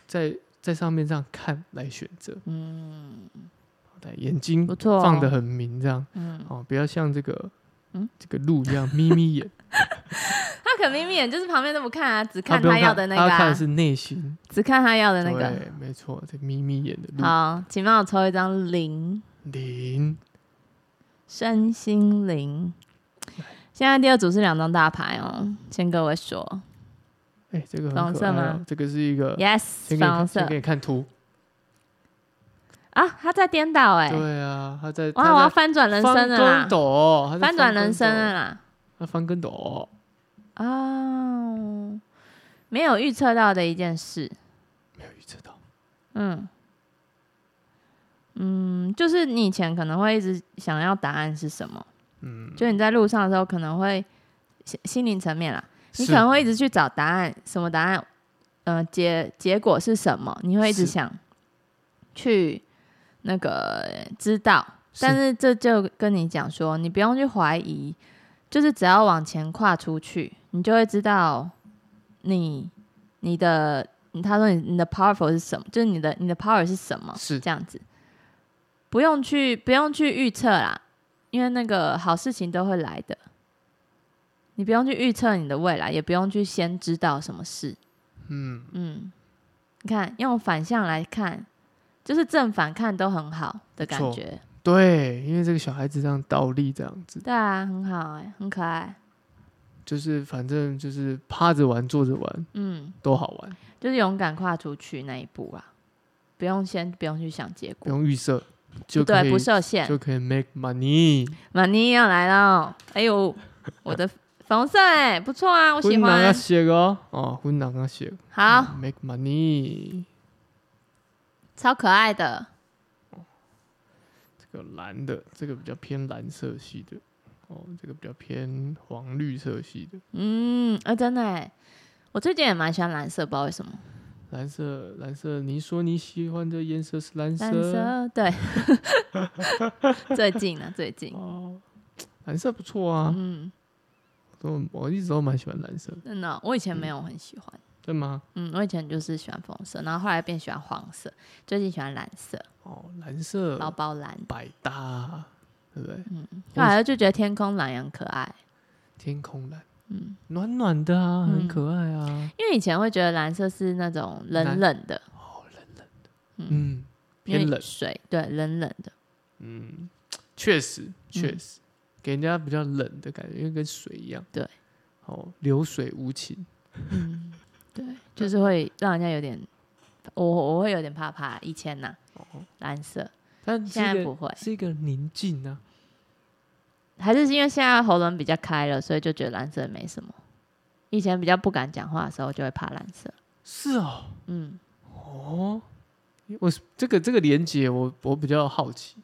Speaker 1: 在在上面这样看来选择，嗯，对，眼睛
Speaker 2: 不错哦
Speaker 1: 放得很明，这样，
Speaker 2: 嗯
Speaker 1: 哦，不要像这个
Speaker 2: 嗯
Speaker 1: 这个鹿一样眯眯眼，
Speaker 2: 他可明明眼就是旁边都不看啊，只
Speaker 1: 他
Speaker 2: 看
Speaker 1: 不用
Speaker 2: 他
Speaker 1: 看
Speaker 2: 要的那
Speaker 1: 他
Speaker 2: 个
Speaker 1: 要看的
Speaker 2: 啊，
Speaker 1: 是内心
Speaker 2: 只看他要的那个。
Speaker 1: 对，没错，这眯眯眼的鹿
Speaker 2: 好，请帮我抽一张零，
Speaker 1: 零，
Speaker 2: 身心灵。现在第二组是两张大牌哦，先各位说
Speaker 1: 哎，这个很
Speaker 2: 粉红
Speaker 1: 可爱
Speaker 2: 色
Speaker 1: 哦
Speaker 2: 吗，
Speaker 1: 这个是一个，
Speaker 2: ，yes，
Speaker 1: 先给你
Speaker 2: 粉红
Speaker 1: 看
Speaker 2: 色
Speaker 1: 先给你看图，
Speaker 2: 啊，他在颠倒哎，
Speaker 1: 对啊，他在
Speaker 2: 哇，我要
Speaker 1: 他在
Speaker 2: 翻转人生了
Speaker 1: 翻
Speaker 2: 啦
Speaker 1: 跟，斗，他在
Speaker 2: 翻转人生啊
Speaker 1: 跟
Speaker 2: 了
Speaker 1: 斗，
Speaker 2: 啦。
Speaker 1: 他翻跟斗，
Speaker 2: 哦，没有预测到的一件事，
Speaker 1: 没有预测到，
Speaker 2: 嗯嗯，就是你以前可能会一直想要答案是什么，
Speaker 1: 嗯，
Speaker 2: 就你在路上的时候可能会心心灵层面啦，你
Speaker 1: 是
Speaker 2: 可能会一直去找答案，什么答案，呃，结结果是什么，你会一直
Speaker 1: 是
Speaker 2: 想去那个呃知道，
Speaker 1: 是
Speaker 2: 但是这就跟你讲说，你不用去怀疑，就是只要往前跨出去，你就会知道你你的你他说你你的 powerful 是什么，就是你的你的 power 是什么，
Speaker 1: 是
Speaker 2: 这样子，不用去不用去预测啦，因为那个好事情都会来的。你不用去预测你的未来，也不用去先知道什么事。
Speaker 1: 嗯。
Speaker 2: 嗯，你看，用反向来看，就是正反看都很好的感
Speaker 1: 不错
Speaker 2: 觉。
Speaker 1: 对，因为这个小孩子这样倒立这样子，
Speaker 2: 对啊，很好哎、很可爱。
Speaker 1: 就是反正就是趴着玩、坐着玩
Speaker 2: 嗯，
Speaker 1: 都好玩，
Speaker 2: 就是勇敢跨出去那一步啦，不用先不用去想结
Speaker 1: 不
Speaker 2: 果，
Speaker 1: 用预设就可
Speaker 2: 对，
Speaker 1: 以
Speaker 2: 不设限。
Speaker 1: 就可以 make money。
Speaker 2: 马尼要来了，哎呦，我的粉红色哎、不错啊，我喜
Speaker 1: 婚囊要
Speaker 2: 欢。
Speaker 1: 写哦，哦，婚囊要写
Speaker 2: 好，
Speaker 1: 嗯，make money。
Speaker 2: 超可爱的，
Speaker 1: 这个蓝的，这个比较偏蓝色系的，哦，这个比较偏黄绿色系的。
Speaker 2: 啊欸嗯，哎、真的哎、我最近也蛮喜欢蓝色，不知道为什么。
Speaker 1: 蓝色，蓝色，你说你喜欢的颜色是蓝色，
Speaker 2: 蓝色对， 最近呢、最近，
Speaker 1: 哦，蓝色不错啊，
Speaker 2: 嗯，
Speaker 1: 我我一直都蛮喜欢蓝色的，
Speaker 2: 真的，哦我以前没有很喜欢，
Speaker 1: 对吗？
Speaker 2: 嗯，我以前就是喜欢粉色，然后后来变喜欢黄色，最近喜欢蓝色，
Speaker 1: 哦，蓝色
Speaker 2: 包包蓝，嗯
Speaker 1: 百搭，对不对？
Speaker 2: 后来就觉得天空蓝也很可爱，
Speaker 1: 天空蓝，
Speaker 2: 嗯，
Speaker 1: 暖暖的啊，很
Speaker 2: 嗯
Speaker 1: 可爱啊，
Speaker 2: 因为以前会觉得蓝色是那种冷冷的，
Speaker 1: 哦嗯，
Speaker 2: 因
Speaker 1: 偏
Speaker 2: 为
Speaker 1: 冷，
Speaker 2: 水对冷冷的，
Speaker 1: 嗯，确实
Speaker 2: 嗯
Speaker 1: 确实，给人家比较冷的感觉，因为跟水一样，
Speaker 2: 对，
Speaker 1: 哦，流水无情，
Speaker 2: 嗯，对，就是会让人家有点，我我会有点怕怕，以前呐、
Speaker 1: 哦，
Speaker 2: 蓝色，
Speaker 1: 但是
Speaker 2: 现
Speaker 1: 一
Speaker 2: 在
Speaker 1: 个
Speaker 2: 不会，
Speaker 1: 是一个宁静啊，
Speaker 2: 还是因为现在喉咙比较开了，所以就觉得蓝色没什么。以前比较不敢讲话的时候，就会怕蓝色。
Speaker 1: 是哦，
Speaker 2: 嗯，
Speaker 1: 哦，我是这个这个连接，我我比较好奇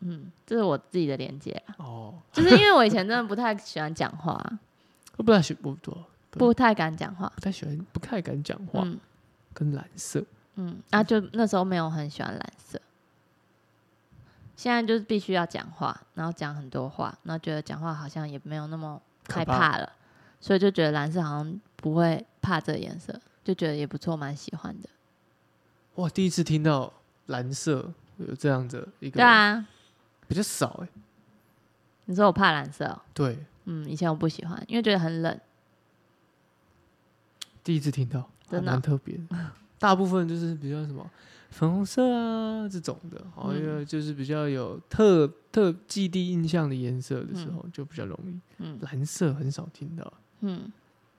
Speaker 2: 嗯这是我自己的连接啊，
Speaker 1: 哦，
Speaker 2: 就是因为我以前真的不太喜欢讲 话，
Speaker 1: 我不太喜我不
Speaker 2: 不太敢讲话。
Speaker 1: 不太喜欢，不太敢讲话，
Speaker 2: 嗯
Speaker 1: 跟蓝色
Speaker 2: 嗯，啊，就那时候没有很喜欢蓝色，现在就是必须要讲话，然后讲很多话，然后觉得讲话好像也没有那么
Speaker 1: 可
Speaker 2: 害
Speaker 1: 怕
Speaker 2: 怕了，所以就觉得蓝色好像不会怕这个颜色，就觉得也不错，蛮喜欢的。
Speaker 1: 哇，第一次听到蓝色有这样的一个，
Speaker 2: 对啊，
Speaker 1: 比较少哎、
Speaker 2: 你说我怕蓝色哦、
Speaker 1: 对，
Speaker 2: 嗯，以前我不喜欢，因为觉得很冷。
Speaker 1: 第一次听到，还
Speaker 2: 真的
Speaker 1: 蛮特 别的。大部分就是比较什么粉红色啊这种的，哦，
Speaker 2: 嗯
Speaker 1: 因为就是比较有特特既定印象的颜色的时候，就比较容易。
Speaker 2: 嗯
Speaker 1: 蓝色很少听到，
Speaker 2: 嗯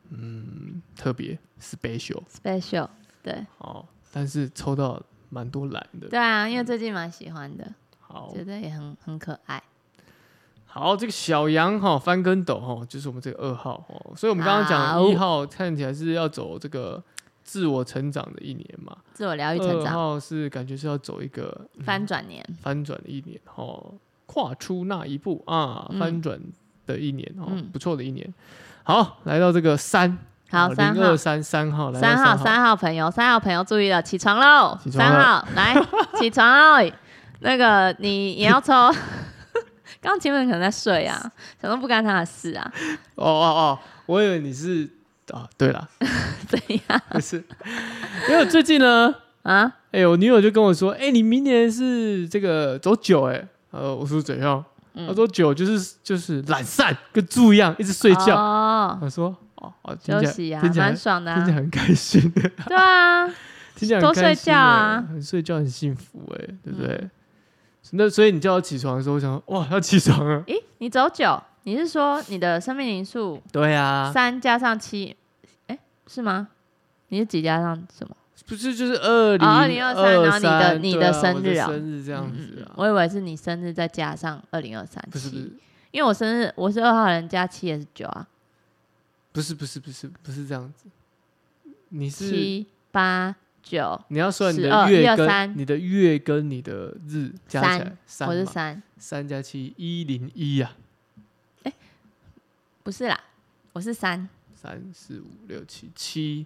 Speaker 1: 嗯，特别 special
Speaker 2: ，special，对
Speaker 1: 哦，但是抽到蛮多蓝的。
Speaker 2: 对啊，因为最近蛮喜欢的，
Speaker 1: 好，
Speaker 2: 觉得也很很可爱。
Speaker 1: 好，这个小羊哈、翻跟斗哈、就是我们这个二号哦，所以我们刚刚讲
Speaker 2: 好
Speaker 1: 一号看起来是要走这个自我成长的一年嘛，
Speaker 2: 自我疗愈成
Speaker 1: 二
Speaker 2: 长，
Speaker 1: 号是感觉是要走一个、嗯
Speaker 2: 翻转年，
Speaker 1: 翻转的一年哦，跨出那一步啊，
Speaker 2: 嗯
Speaker 1: 翻转的一年哦，
Speaker 2: 嗯
Speaker 1: 不错的一年。好，来到这个三，啊
Speaker 2: 好，三
Speaker 1: 零
Speaker 2: 号
Speaker 1: 二。三三号，来到
Speaker 2: 三号，
Speaker 1: 号，
Speaker 2: 三号朋友，三号朋友注意了，起床喽！
Speaker 1: 起床
Speaker 2: 三
Speaker 1: 了
Speaker 2: 号来 起床喽！那个你也要抽， 刚刚前面可能在睡啊，想说不干他的事啊，
Speaker 1: 哦哦哦，我以为你是啊，对了，
Speaker 2: 怎样
Speaker 1: 不是，因为最近呢，
Speaker 2: 啊？
Speaker 1: 哎、我女友就跟我说，哎、你明年是这个走九哎、呃，我说怎样？
Speaker 2: 嗯
Speaker 1: 她说九就是就是懒散，跟猪一样一直睡觉。
Speaker 2: 哦，
Speaker 1: 我说哦哦，听
Speaker 2: 休
Speaker 1: 起来
Speaker 2: 息啊
Speaker 1: 听，起来
Speaker 2: 蛮爽的
Speaker 1: 听
Speaker 2: 啊
Speaker 1: 起，来很开心。
Speaker 2: 对啊，
Speaker 1: 听起来很开
Speaker 2: 多睡
Speaker 1: 心欸
Speaker 2: 觉啊嗯
Speaker 1: 很睡觉很幸福哎、对不对？那所以你叫我起床的时候，我想说哇，要起床了。
Speaker 2: 咦，你走九？你是说你的生命灵数
Speaker 1: 对啊，
Speaker 2: 三加上七？哎，是吗？你是几加上什么？
Speaker 1: 不是就是二零
Speaker 2: 哦2023然后你的
Speaker 1: 三，
Speaker 2: 你
Speaker 1: 对啊
Speaker 2: 的
Speaker 1: 我
Speaker 2: 生日啊
Speaker 1: 的生日这样
Speaker 2: 嗯
Speaker 1: 子
Speaker 2: 嗯
Speaker 1: 啊，
Speaker 2: 我以为是你生日再加上二零二三
Speaker 1: 不是不是
Speaker 2: 七，因为我生日我是二号人加七也是九啊，
Speaker 1: 不是不是不是不是这样子，你是
Speaker 2: 七八九，
Speaker 1: 你要算你的
Speaker 2: 12
Speaker 1: 月
Speaker 2: 123
Speaker 1: 跟你的月跟你的日加起来三
Speaker 2: 我是
Speaker 1: 嘛
Speaker 2: 三，
Speaker 1: 三加七一零一啊，
Speaker 2: 不是啦，我是三，
Speaker 1: 三四五六七七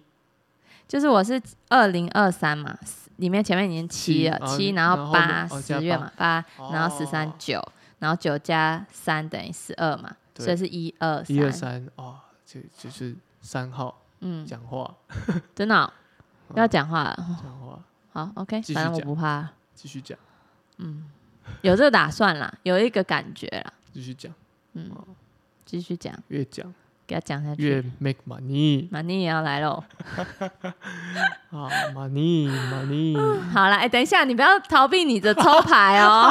Speaker 2: 就是我是二零二三嘛，四里面前面已经七了，
Speaker 1: 七
Speaker 2: 七
Speaker 1: 哦
Speaker 2: 然
Speaker 1: 然
Speaker 2: 后
Speaker 1: 后
Speaker 2: 八
Speaker 1: 哦
Speaker 2: 十
Speaker 1: 加
Speaker 2: 月嘛，八
Speaker 1: 哦
Speaker 2: 然后十三九，然后九加三等于十二嘛，
Speaker 1: 对
Speaker 2: 所以是一二
Speaker 1: 一二，三啊，就就是三号
Speaker 2: 嗯，
Speaker 1: 讲话
Speaker 2: 真的哦
Speaker 1: 嗯
Speaker 2: 要讲话了，
Speaker 1: 讲话
Speaker 2: 好，OK，
Speaker 1: 继续
Speaker 2: 反正我
Speaker 1: 讲
Speaker 2: 不怕，
Speaker 1: 继续讲
Speaker 2: 嗯，有这个打算啦，有一个感觉啦，
Speaker 1: 继续讲
Speaker 2: 嗯
Speaker 1: 哦，
Speaker 2: 继续讲，
Speaker 1: 越讲。
Speaker 2: 给他讲下
Speaker 1: 越
Speaker 2: 去，
Speaker 1: make money
Speaker 2: 马尼也要来喽。
Speaker 1: 啊，money money
Speaker 2: 好了，哎、等一下，你不要逃避你的抽牌 哦。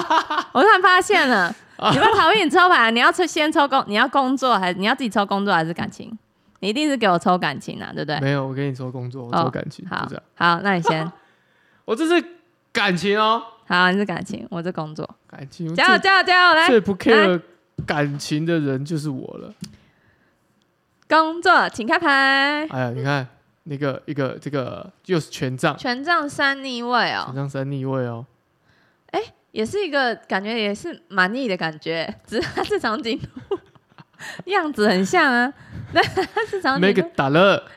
Speaker 2: 我突然发现了，你不要逃避你抽牌、啊，你要抽先抽工，你要工作还你要自己抽工作还是感情？你一定是给我抽感情啊，对 不对？
Speaker 1: 没有，我跟你说工作，我说
Speaker 2: 哦
Speaker 1: 感情，
Speaker 2: 好
Speaker 1: 就这样。
Speaker 2: 好，那你 先，
Speaker 1: 我这是感情哦，
Speaker 2: 好，你是感情，我是工作，
Speaker 1: 感情。
Speaker 2: 加油
Speaker 1: 最
Speaker 2: 加油加油，来
Speaker 1: 最不 care 感情的人就是我了。
Speaker 2: 工作，请开牌，
Speaker 1: 哎呀，你看那个一个这个又是权杖，
Speaker 2: 权杖三逆位
Speaker 1: 权
Speaker 2: 哦，
Speaker 1: 杖三逆位哦。
Speaker 2: 也是一个感觉也是蛮逆的感觉，只是它是长颈鹿， 样子很像啊，但它是长颈
Speaker 1: make
Speaker 2: 鹿，
Speaker 1: 打了，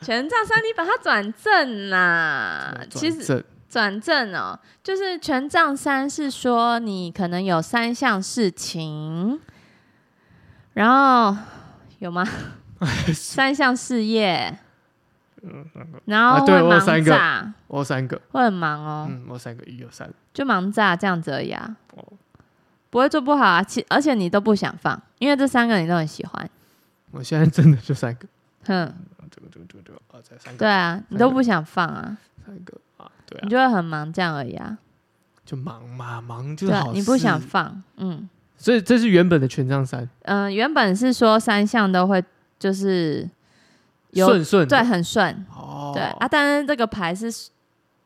Speaker 2: 权杖三，你把它转正啦。啊其实
Speaker 1: 转正
Speaker 2: 转正哦，就是权杖三是说你可能有三项事情，然后 有吗？三项事业，然
Speaker 1: 啊
Speaker 2: 后
Speaker 1: 对
Speaker 2: 会
Speaker 1: 我有
Speaker 2: 忙
Speaker 1: 三个
Speaker 2: 炸，
Speaker 1: 我有三个，
Speaker 2: 会很忙哦，
Speaker 1: 嗯，我有三个一二三，
Speaker 2: 就忙炸这样子而已啊
Speaker 1: 哦，
Speaker 2: 不会做不好啊。其而且你都不想放，因为这三个你都很喜欢，
Speaker 1: 我现在真的就三个，
Speaker 2: 哼，
Speaker 1: 这个这个这个这个啊，再三个
Speaker 2: 对啊，你都不想放啊，
Speaker 1: 三个啊，对
Speaker 2: 你
Speaker 1: 啊，
Speaker 2: 就会很忙这样而已啊，
Speaker 1: 就忙嘛，忙就
Speaker 2: 对
Speaker 1: 是
Speaker 2: 啊
Speaker 1: 好，事，
Speaker 2: 你不想放，嗯。
Speaker 1: 所以这是原本的权杖三，
Speaker 2: 嗯，原本是说三项都会就是有
Speaker 1: 顺顺
Speaker 2: 对
Speaker 1: 的
Speaker 2: 很顺，
Speaker 1: 哦，
Speaker 2: 对、啊，但是这个牌是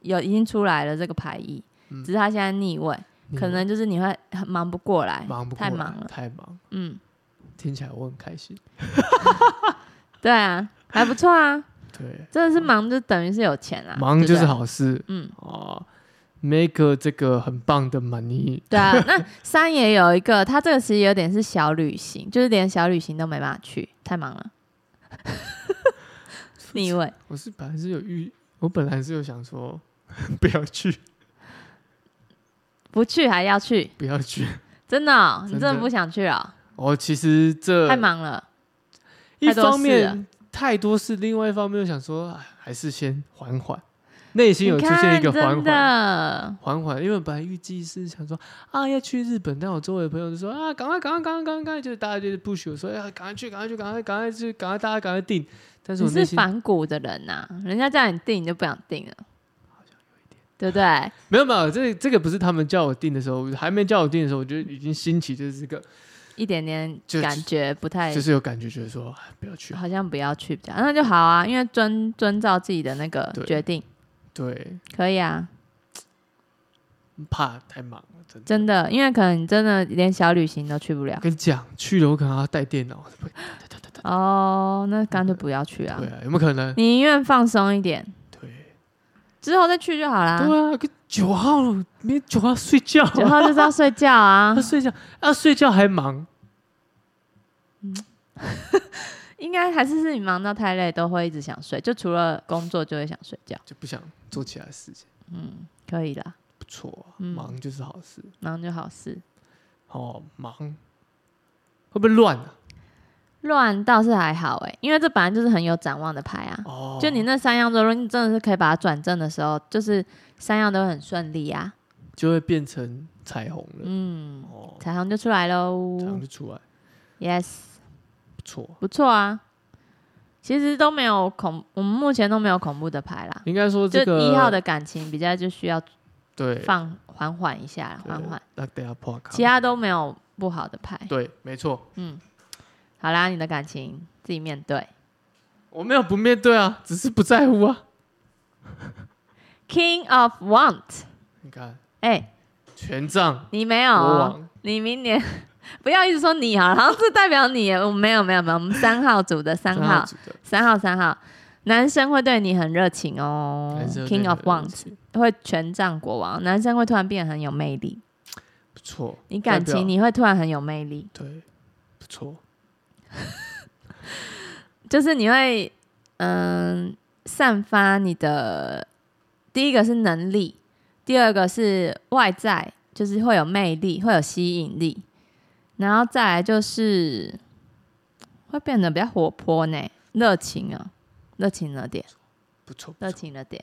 Speaker 2: 有已经出来了这个牌意，
Speaker 1: 嗯
Speaker 2: 只是他现在逆位，
Speaker 1: 你
Speaker 2: 可能就是你会很忙不过来，
Speaker 1: 忙不过
Speaker 2: 太
Speaker 1: 来
Speaker 2: 忙了，
Speaker 1: 太忙，
Speaker 2: 嗯，
Speaker 1: 听起来我很开心，
Speaker 2: 对啊，还不 错啊，
Speaker 1: 对，
Speaker 2: 真的是忙就等于是有钱啊，
Speaker 1: 忙
Speaker 2: 对不
Speaker 1: 就是
Speaker 2: 对，
Speaker 1: 好事
Speaker 2: 嗯，
Speaker 1: 哦。Make 这个很棒的 money，
Speaker 2: 对啊，那三也有一个，他这个其实有点是小旅行， 就是连小旅行都没办法去，太 忙了，逆位，
Speaker 1: 我是本来是有预，我本来是有想说 不要去，
Speaker 2: 不去还要去，
Speaker 1: 不要去。
Speaker 2: 真的哦、你
Speaker 1: 真
Speaker 2: 真的
Speaker 1: 的
Speaker 2: 不想去啊、
Speaker 1: 哦，其实这
Speaker 2: 太忙了，
Speaker 1: 一
Speaker 2: 太多
Speaker 1: 方
Speaker 2: 事
Speaker 1: 面太多事，另外一方面又想说，哎还是先缓缓，内心有
Speaker 2: 你
Speaker 1: 出现一个
Speaker 2: 看
Speaker 1: 缓
Speaker 2: 真
Speaker 1: 缓。
Speaker 2: 的，
Speaker 1: 缓缓，因为本来预计是想说啊要去日本，但我周围的朋友就说啊赶快赶快赶快赶快，赶快就是大家就是不许我说啊赶快去赶快去赶快赶快去赶快大家赶快订，但是
Speaker 2: 你
Speaker 1: 我内
Speaker 2: 是
Speaker 1: 心
Speaker 2: 反骨的人呐、人家叫你定你就不想定了，对不对？
Speaker 1: 没有没有，这这个不是他们叫我订的时候，还没叫我订的时候，我就已经兴起就是这个，
Speaker 2: 一点点
Speaker 1: 就
Speaker 2: 感觉不太
Speaker 1: 就，是有感觉，觉得说哎不要去，
Speaker 2: 好像不要去比较，那就好啊，因为遵遵照自己的那个
Speaker 1: 对
Speaker 2: 决定，
Speaker 1: 对，
Speaker 2: 可以啊，
Speaker 1: 怕太忙了，真的。
Speaker 2: 真的，因为可能你真的连小旅行都去不了
Speaker 1: 跟你讲，去了我可能还要带电脑，
Speaker 2: 哦，那干脆不要去啊
Speaker 1: 对，啊，有没有可能？
Speaker 2: 你宁愿放松一点，
Speaker 1: 对，
Speaker 2: 之后再去就好啦。
Speaker 1: 对啊，跟九号了，明天九号睡觉啊，
Speaker 2: 之后就是要睡觉 啊
Speaker 1: 要，睡觉，要睡觉还忙，
Speaker 2: 应该还是是你忙到太累都会一直想睡，就除了工作就会想睡觉，
Speaker 1: 就不想做其他事情，
Speaker 2: 嗯，可以啦，
Speaker 1: 不错啊，
Speaker 2: 嗯
Speaker 1: 忙就是好事。
Speaker 2: 忙就好事。
Speaker 1: 哦，忙会不会乱啊？
Speaker 2: 乱倒是还好哎、因为这本来就是很有展望的牌啊。
Speaker 1: 哦，
Speaker 2: 就你那三样，如果你真的是可以把它转正的时候，就是三样都很顺利啊。
Speaker 1: 就会变成彩虹了，
Speaker 2: 嗯，
Speaker 1: 哦，
Speaker 2: 彩虹就出来喽
Speaker 1: 彩。虹就出来，
Speaker 2: Yes，
Speaker 1: 不错。
Speaker 2: 不错啊。其实都没有恐，我们目前都没有恐怖的牌啦。
Speaker 1: 应该说
Speaker 2: 就
Speaker 1: 这个
Speaker 2: 一号的感情比较就需要
Speaker 1: 对
Speaker 2: 放缓缓一下啦，缓缓，
Speaker 1: 那等下破卡，
Speaker 2: 其他都没有不好的牌。
Speaker 1: 对，没错，
Speaker 2: 好啦，你的感情自己面对。
Speaker 1: 我没有不面对啊，只是不在乎啊。
Speaker 2: King of Want，
Speaker 1: 你看
Speaker 2: 哎、
Speaker 1: 权杖
Speaker 2: 你没有、
Speaker 1: 国
Speaker 2: 哦。
Speaker 1: 王，
Speaker 2: 你明年 不要一直说你好了，好像是代表你耶。我没有没有没有，我们三号组的三
Speaker 1: 三
Speaker 2: 号
Speaker 1: 组的
Speaker 2: 三号三号，男生会对你很热情哦
Speaker 1: 蓝色的
Speaker 2: ，King of
Speaker 1: 那个
Speaker 2: Wands 会权杖国王，男生会突然变得很有魅力。
Speaker 1: 不错，
Speaker 2: 你感
Speaker 1: 代表
Speaker 2: 情你会突然很有魅力，
Speaker 1: 对，不错，
Speaker 2: 就是你会嗯散发你的第一个是能力，第二个是外在，就是会有魅力，会有吸引力，然后再来就是会变得比较活泼呢，热情啊，热情了点，
Speaker 1: 不错，不
Speaker 2: 热
Speaker 1: 错。
Speaker 2: 情了点，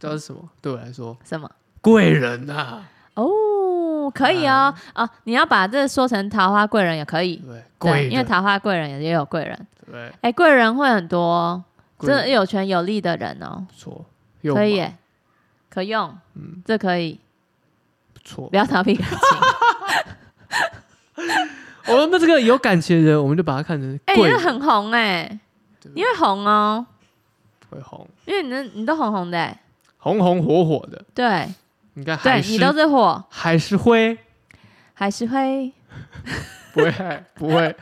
Speaker 1: 知道是什么？对我来说，
Speaker 2: 什么？
Speaker 1: 贵人啊，
Speaker 2: 哦，可以哦，哦，你要把这说成桃花贵人也可以
Speaker 1: 对，不对，
Speaker 2: 对，
Speaker 1: 啊贵
Speaker 2: 因为
Speaker 1: 人，
Speaker 2: 桃花贵人也也有贵人，
Speaker 1: 对不对，
Speaker 2: 哎，贵人会很多哦，
Speaker 1: 贵
Speaker 2: 真的
Speaker 1: 人
Speaker 2: 有权有利的人哦，
Speaker 1: 不错，
Speaker 2: 可以
Speaker 1: 用嘛，
Speaker 2: 耶，可用，
Speaker 1: 嗯，
Speaker 2: 这可以，
Speaker 1: 不错
Speaker 2: 不。要逃避感情。
Speaker 1: 我哦们这个有感情的人，我们就把他看成
Speaker 2: 哎，你
Speaker 1: 贵
Speaker 2: 这
Speaker 1: 人，
Speaker 2: 很红哎、
Speaker 1: 对不
Speaker 2: 你
Speaker 1: 对
Speaker 2: 会红哦，
Speaker 1: 会红，
Speaker 2: 因为你的你都红红的、欸，
Speaker 1: 红红火火的。
Speaker 2: 对
Speaker 1: 你看，
Speaker 2: 对
Speaker 1: 还，
Speaker 2: 你
Speaker 1: 是
Speaker 2: 都是火，
Speaker 1: 还是灰，
Speaker 2: 还是会
Speaker 1: 不会还不会，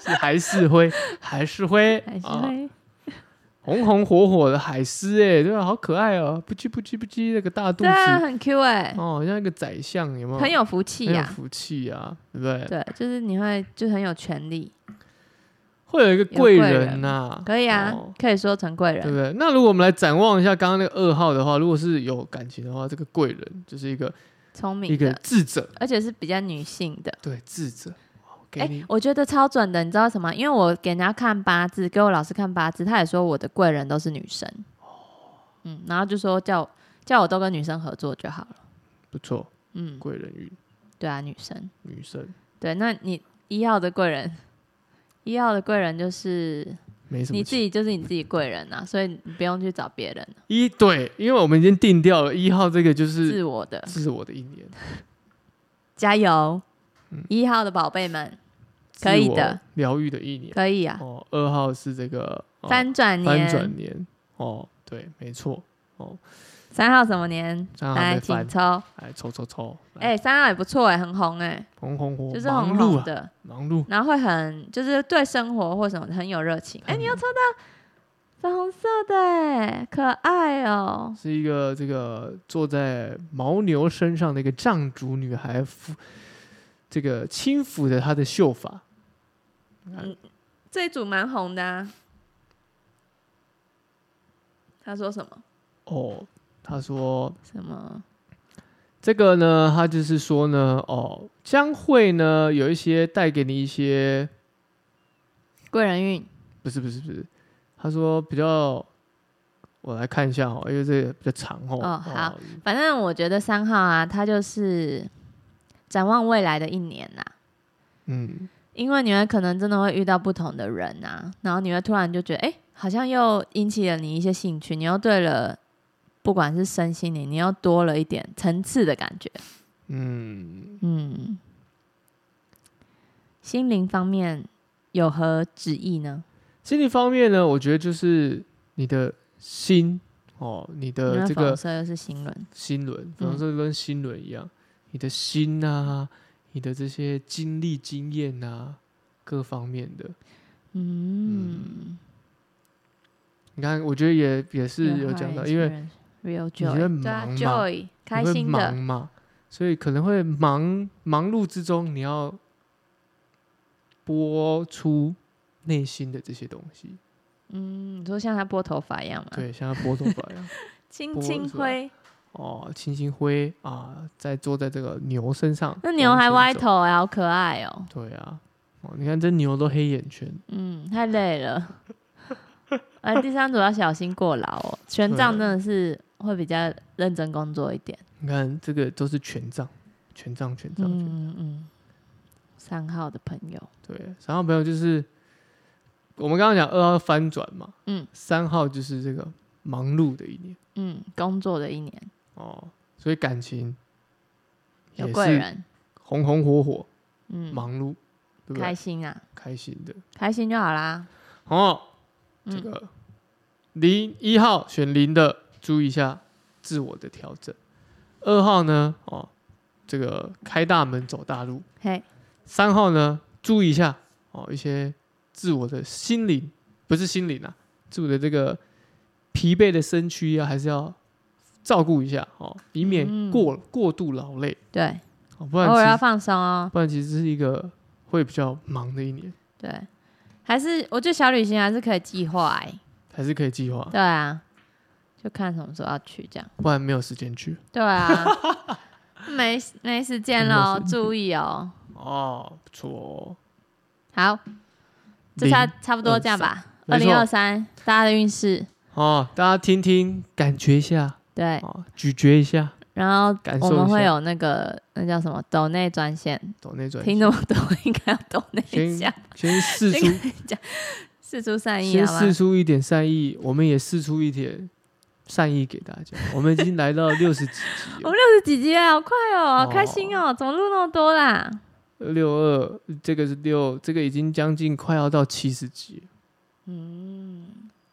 Speaker 1: 是还是灰，还是灰，
Speaker 2: 还是
Speaker 1: 啊
Speaker 2: 会、
Speaker 1: 红红火火的海狮，哎，对吧？好可爱哦，不叽不叽不叽，那个大肚
Speaker 2: 对啊，
Speaker 1: 子，
Speaker 2: 很 Q 哎、
Speaker 1: 哦，像一个宰相，有没有？
Speaker 2: 很有福气啊
Speaker 1: 很有啊
Speaker 2: 呀、
Speaker 1: 福气啊，对不对？
Speaker 2: 对，就是你会就很有权利，
Speaker 1: 会有一个
Speaker 2: 有贵
Speaker 1: 人
Speaker 2: 人
Speaker 1: 呐、
Speaker 2: 可以啊，
Speaker 1: 哦
Speaker 2: 可以说成贵
Speaker 1: 对
Speaker 2: 人
Speaker 1: 不。对？那如果我们来展望一下刚刚那个二号的话，如果是有感情的话，这个贵人就是一个
Speaker 2: 聪
Speaker 1: 一
Speaker 2: 明
Speaker 1: 个
Speaker 2: 的，
Speaker 1: 智者，
Speaker 2: 而且是比较女性的。
Speaker 1: 对智者，哇给
Speaker 2: 哎、
Speaker 1: 你、
Speaker 2: 我觉得超准的，你知道什么？因为我给人家看八字，给我老师看八字，他也说我的贵人都是女生。嗯，然后就说叫我叫我都跟女生合作就好了。
Speaker 1: 不错，
Speaker 2: 嗯，
Speaker 1: 贵人运
Speaker 2: 对啊，女生。
Speaker 1: 女生
Speaker 2: 对，那你一号的贵人，一号的贵人就是
Speaker 1: 没什么
Speaker 2: 你自
Speaker 1: 钱。
Speaker 2: 己，就是你自己贵人啊，所以你不用去找别人，
Speaker 1: 一对，因为我们已经定掉了一号这个就是
Speaker 2: 自我的
Speaker 1: 自我的一年，
Speaker 2: 加油
Speaker 1: 嗯！
Speaker 2: 一号的宝贝们，可以
Speaker 1: 自我
Speaker 2: 的，
Speaker 1: 疗愈的一年。
Speaker 2: 可以啊，
Speaker 1: 哦，二号是这个、哦、
Speaker 2: 翻转
Speaker 1: 翻转
Speaker 2: 年，
Speaker 1: 年哦，对，没错哦，
Speaker 2: 三号什么年？
Speaker 1: 三号还
Speaker 2: 来，
Speaker 1: 没
Speaker 2: 请
Speaker 1: 翻，
Speaker 2: 抽。
Speaker 1: 来抽抽抽，来
Speaker 2: 哎，三号也不错哎，很红哎，
Speaker 1: 红红火，
Speaker 2: 就是
Speaker 1: 忙
Speaker 2: 红
Speaker 1: 碌
Speaker 2: 红
Speaker 1: 啊，
Speaker 2: 的，
Speaker 1: 忙碌，
Speaker 2: 然后会很就是对生活或什么很有热情。哎，你又抽到粉红色的哎，可爱哦。
Speaker 1: 是一个这个坐在牦牛身上的一个藏族女孩，抚这个轻抚着她的秀发，
Speaker 2: 这一组蛮红的啊。他说什么？
Speaker 1: 哦，她说
Speaker 2: 什么？
Speaker 1: 这个呢，她就是说呢，哦，将会呢有一些带给你一些，
Speaker 2: 贵人运，
Speaker 1: 不是不是不是，她说比较。我来看一下哦，因为这个比较长哦。
Speaker 2: 哦好，反正我觉得三号啊，他就是展望未来的一年啊呐、
Speaker 1: 嗯，
Speaker 2: 因为你会可能真的会遇到不同的人啊，然后你会突然就觉得，哎、好像又引起了你一些兴趣，你又对了，不管是身心灵，你又多了一点层次的感觉，
Speaker 1: 嗯，
Speaker 2: 嗯，心灵方面有何旨意呢？
Speaker 1: 心理方面呢，我觉得就是你的心哦，你
Speaker 2: 因
Speaker 1: 的这
Speaker 2: 为粉红
Speaker 1: 个
Speaker 2: 色又是心轮，
Speaker 1: 心轮，比方说跟心轮一样，你的心啊，你的这些经历、经验啊，各方面的，
Speaker 2: 嗯，
Speaker 1: 你看，我觉得也也
Speaker 2: 嗯
Speaker 1: 是有讲到，因为
Speaker 2: real
Speaker 1: 觉得
Speaker 2: joy，对啊
Speaker 1: 忙吗
Speaker 2: ，joy 开
Speaker 1: 你会
Speaker 2: 心的
Speaker 1: 忙，嘛，所以可能会忙忙碌之中，你要播出内心的这些东西，
Speaker 2: 嗯，你说像他拨头发一样嘛，
Speaker 1: 对，像要拨头发一 样。
Speaker 2: 轻
Speaker 1: 拨
Speaker 2: 轻
Speaker 1: 出来
Speaker 2: 挥，
Speaker 1: 哦，清新灰啊，在坐在这个牛身上，
Speaker 2: 那牛还
Speaker 1: 往
Speaker 2: 歪
Speaker 1: 前走。
Speaker 2: 头、欸，好可爱哦、
Speaker 1: 对啊，哦，你看这牛都黑眼圈，
Speaker 2: 嗯，太累了。 而第三组要小心过劳哦，权杖真的是会比较认真工作一点。
Speaker 1: 你看这个都是权杖，权杖，权杖，权
Speaker 2: 嗯嗯，三号的朋友，
Speaker 1: 对。三号朋友就是我们刚刚讲二号翻转嘛，
Speaker 2: 嗯，
Speaker 1: 三号就是这个忙碌的一年
Speaker 2: 嗯，工作的一年
Speaker 1: 哦，所以感情
Speaker 2: 有
Speaker 1: 也
Speaker 2: 贵
Speaker 1: 是
Speaker 2: 人，
Speaker 1: 红红火火，
Speaker 2: 嗯，
Speaker 1: 忙碌，对不
Speaker 2: 开
Speaker 1: 对？
Speaker 2: 心啊，
Speaker 1: 开心的
Speaker 2: 开心就好啦。
Speaker 1: 哦，
Speaker 2: 嗯
Speaker 1: 这个零一号选零的，注意一下自我的调整。二号呢，哦，这个开大门走大路。
Speaker 2: 嘿，
Speaker 1: 三号呢，注意一下哦，一些自我的心灵，不是心灵啊，自我的这个疲惫的身躯啊，还是要照顾一下哦，以免
Speaker 2: 嗯
Speaker 1: 过、过度劳累
Speaker 2: 对，
Speaker 1: 哦，不然
Speaker 2: 偶尔
Speaker 1: 其
Speaker 2: 要
Speaker 1: 实
Speaker 2: 放松哦。
Speaker 1: 不然其实是一个会比较忙的一年，
Speaker 2: 对，还是我觉得小旅行还是可以计划、欸。
Speaker 1: 还是可以计划，
Speaker 2: 对啊，就看什么时候要去这样。
Speaker 1: 不然没有时间去
Speaker 2: 对啊，没没时间喽，注意哦。
Speaker 1: 哦，不错哦。
Speaker 2: 好，就差差不多这样吧。二
Speaker 1: 没
Speaker 2: 零
Speaker 1: 错
Speaker 2: 二三，大家的运势
Speaker 1: 哦，大家听听，感觉一下，
Speaker 2: 对，
Speaker 1: 哦，咀嚼一下，
Speaker 2: 然后
Speaker 1: 感
Speaker 2: 我
Speaker 1: 受
Speaker 2: 们
Speaker 1: 一
Speaker 2: 会
Speaker 1: 下，
Speaker 2: 有那个那叫什么抖内专线，
Speaker 1: 懂那种
Speaker 2: 听众懂应该要抖内一
Speaker 1: 先
Speaker 2: 下，
Speaker 1: 先试
Speaker 2: 先
Speaker 1: 出，
Speaker 2: 试出善意
Speaker 1: 先
Speaker 2: 好
Speaker 1: 试
Speaker 2: 啊吗？
Speaker 1: 出一点善意，我们也试出一点善意给大家。我们已经来到六十几集
Speaker 2: 我
Speaker 1: 了
Speaker 2: 们，六十几集啊，好快哦，
Speaker 1: 哦
Speaker 2: 好开心哦，怎么录那么多啦？
Speaker 1: 六二这个是六，这个已经将近快要到七十集了，
Speaker 2: 嗯，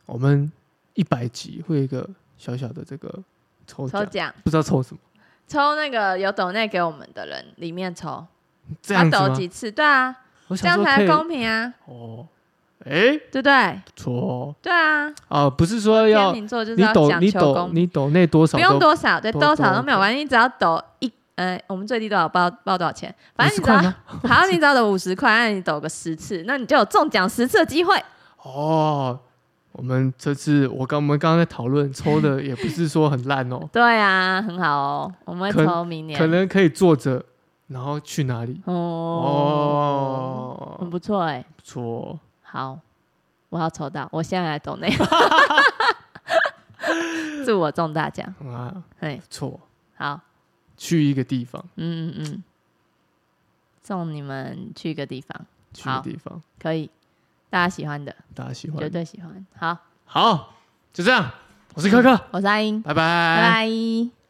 Speaker 1: 我们一百集会有一个小小的这个抽
Speaker 2: 抽
Speaker 1: 奖，
Speaker 2: 奖，
Speaker 1: 不知道抽什么，
Speaker 2: 抽那个有抖内给我们的人里面抽，
Speaker 1: 这
Speaker 2: 他
Speaker 1: 样子
Speaker 2: 抖
Speaker 1: 吗？
Speaker 2: 几次？对啊，
Speaker 1: 我
Speaker 2: 这
Speaker 1: 想说
Speaker 2: 样
Speaker 1: 可
Speaker 2: 才
Speaker 1: 以
Speaker 2: 公平啊，
Speaker 1: 哦，哎，
Speaker 2: 对不对？
Speaker 1: 不错哦
Speaker 2: 对啊，
Speaker 1: 啊，不是说
Speaker 2: 天
Speaker 1: 要
Speaker 2: 秤座就是
Speaker 1: 你
Speaker 2: 要
Speaker 1: 抖
Speaker 2: 讲
Speaker 1: 你
Speaker 2: 求
Speaker 1: 抖
Speaker 2: 公平
Speaker 1: 你抖那多少
Speaker 2: 不用
Speaker 1: 都
Speaker 2: 多少，对，
Speaker 1: 都
Speaker 2: 多少
Speaker 1: 都
Speaker 2: 都没有
Speaker 1: OK
Speaker 2: 关系，你只要抖一呃，我们最低多少报报多少钱？反正
Speaker 1: 50
Speaker 2: 你只要
Speaker 1: 块吗？
Speaker 2: 好，你只要抖五十块，那你抖个十次，那你就有中奖十次的机会。
Speaker 1: 哦，我们这次我刚我们刚刚在讨论抽的也不是说很烂 哦，
Speaker 2: 对啊，很好哦，我们
Speaker 1: 可
Speaker 2: 会抽明年。
Speaker 1: 可能可以坐着，然后去哪里？
Speaker 2: 哦，很
Speaker 1: 哦，
Speaker 2: 不错哎、
Speaker 1: 不错，
Speaker 2: 好，我要抽到，我现在来抖内， 祝我中大奖。
Speaker 1: 嗯啊，
Speaker 2: 嘿，
Speaker 1: 不错，
Speaker 2: 好，
Speaker 1: 去一个地方，
Speaker 2: 嗯嗯嗯，送你们去一个地方，
Speaker 1: 去一个
Speaker 2: 好
Speaker 1: 地方，
Speaker 2: 可以，大家喜欢的，
Speaker 1: 大家喜
Speaker 2: 绝
Speaker 1: 欢。
Speaker 2: 对喜欢。好，
Speaker 1: 好，就这样，我是柯柯，
Speaker 2: 我是阿英，
Speaker 1: 拜拜，拜
Speaker 2: 拜拜。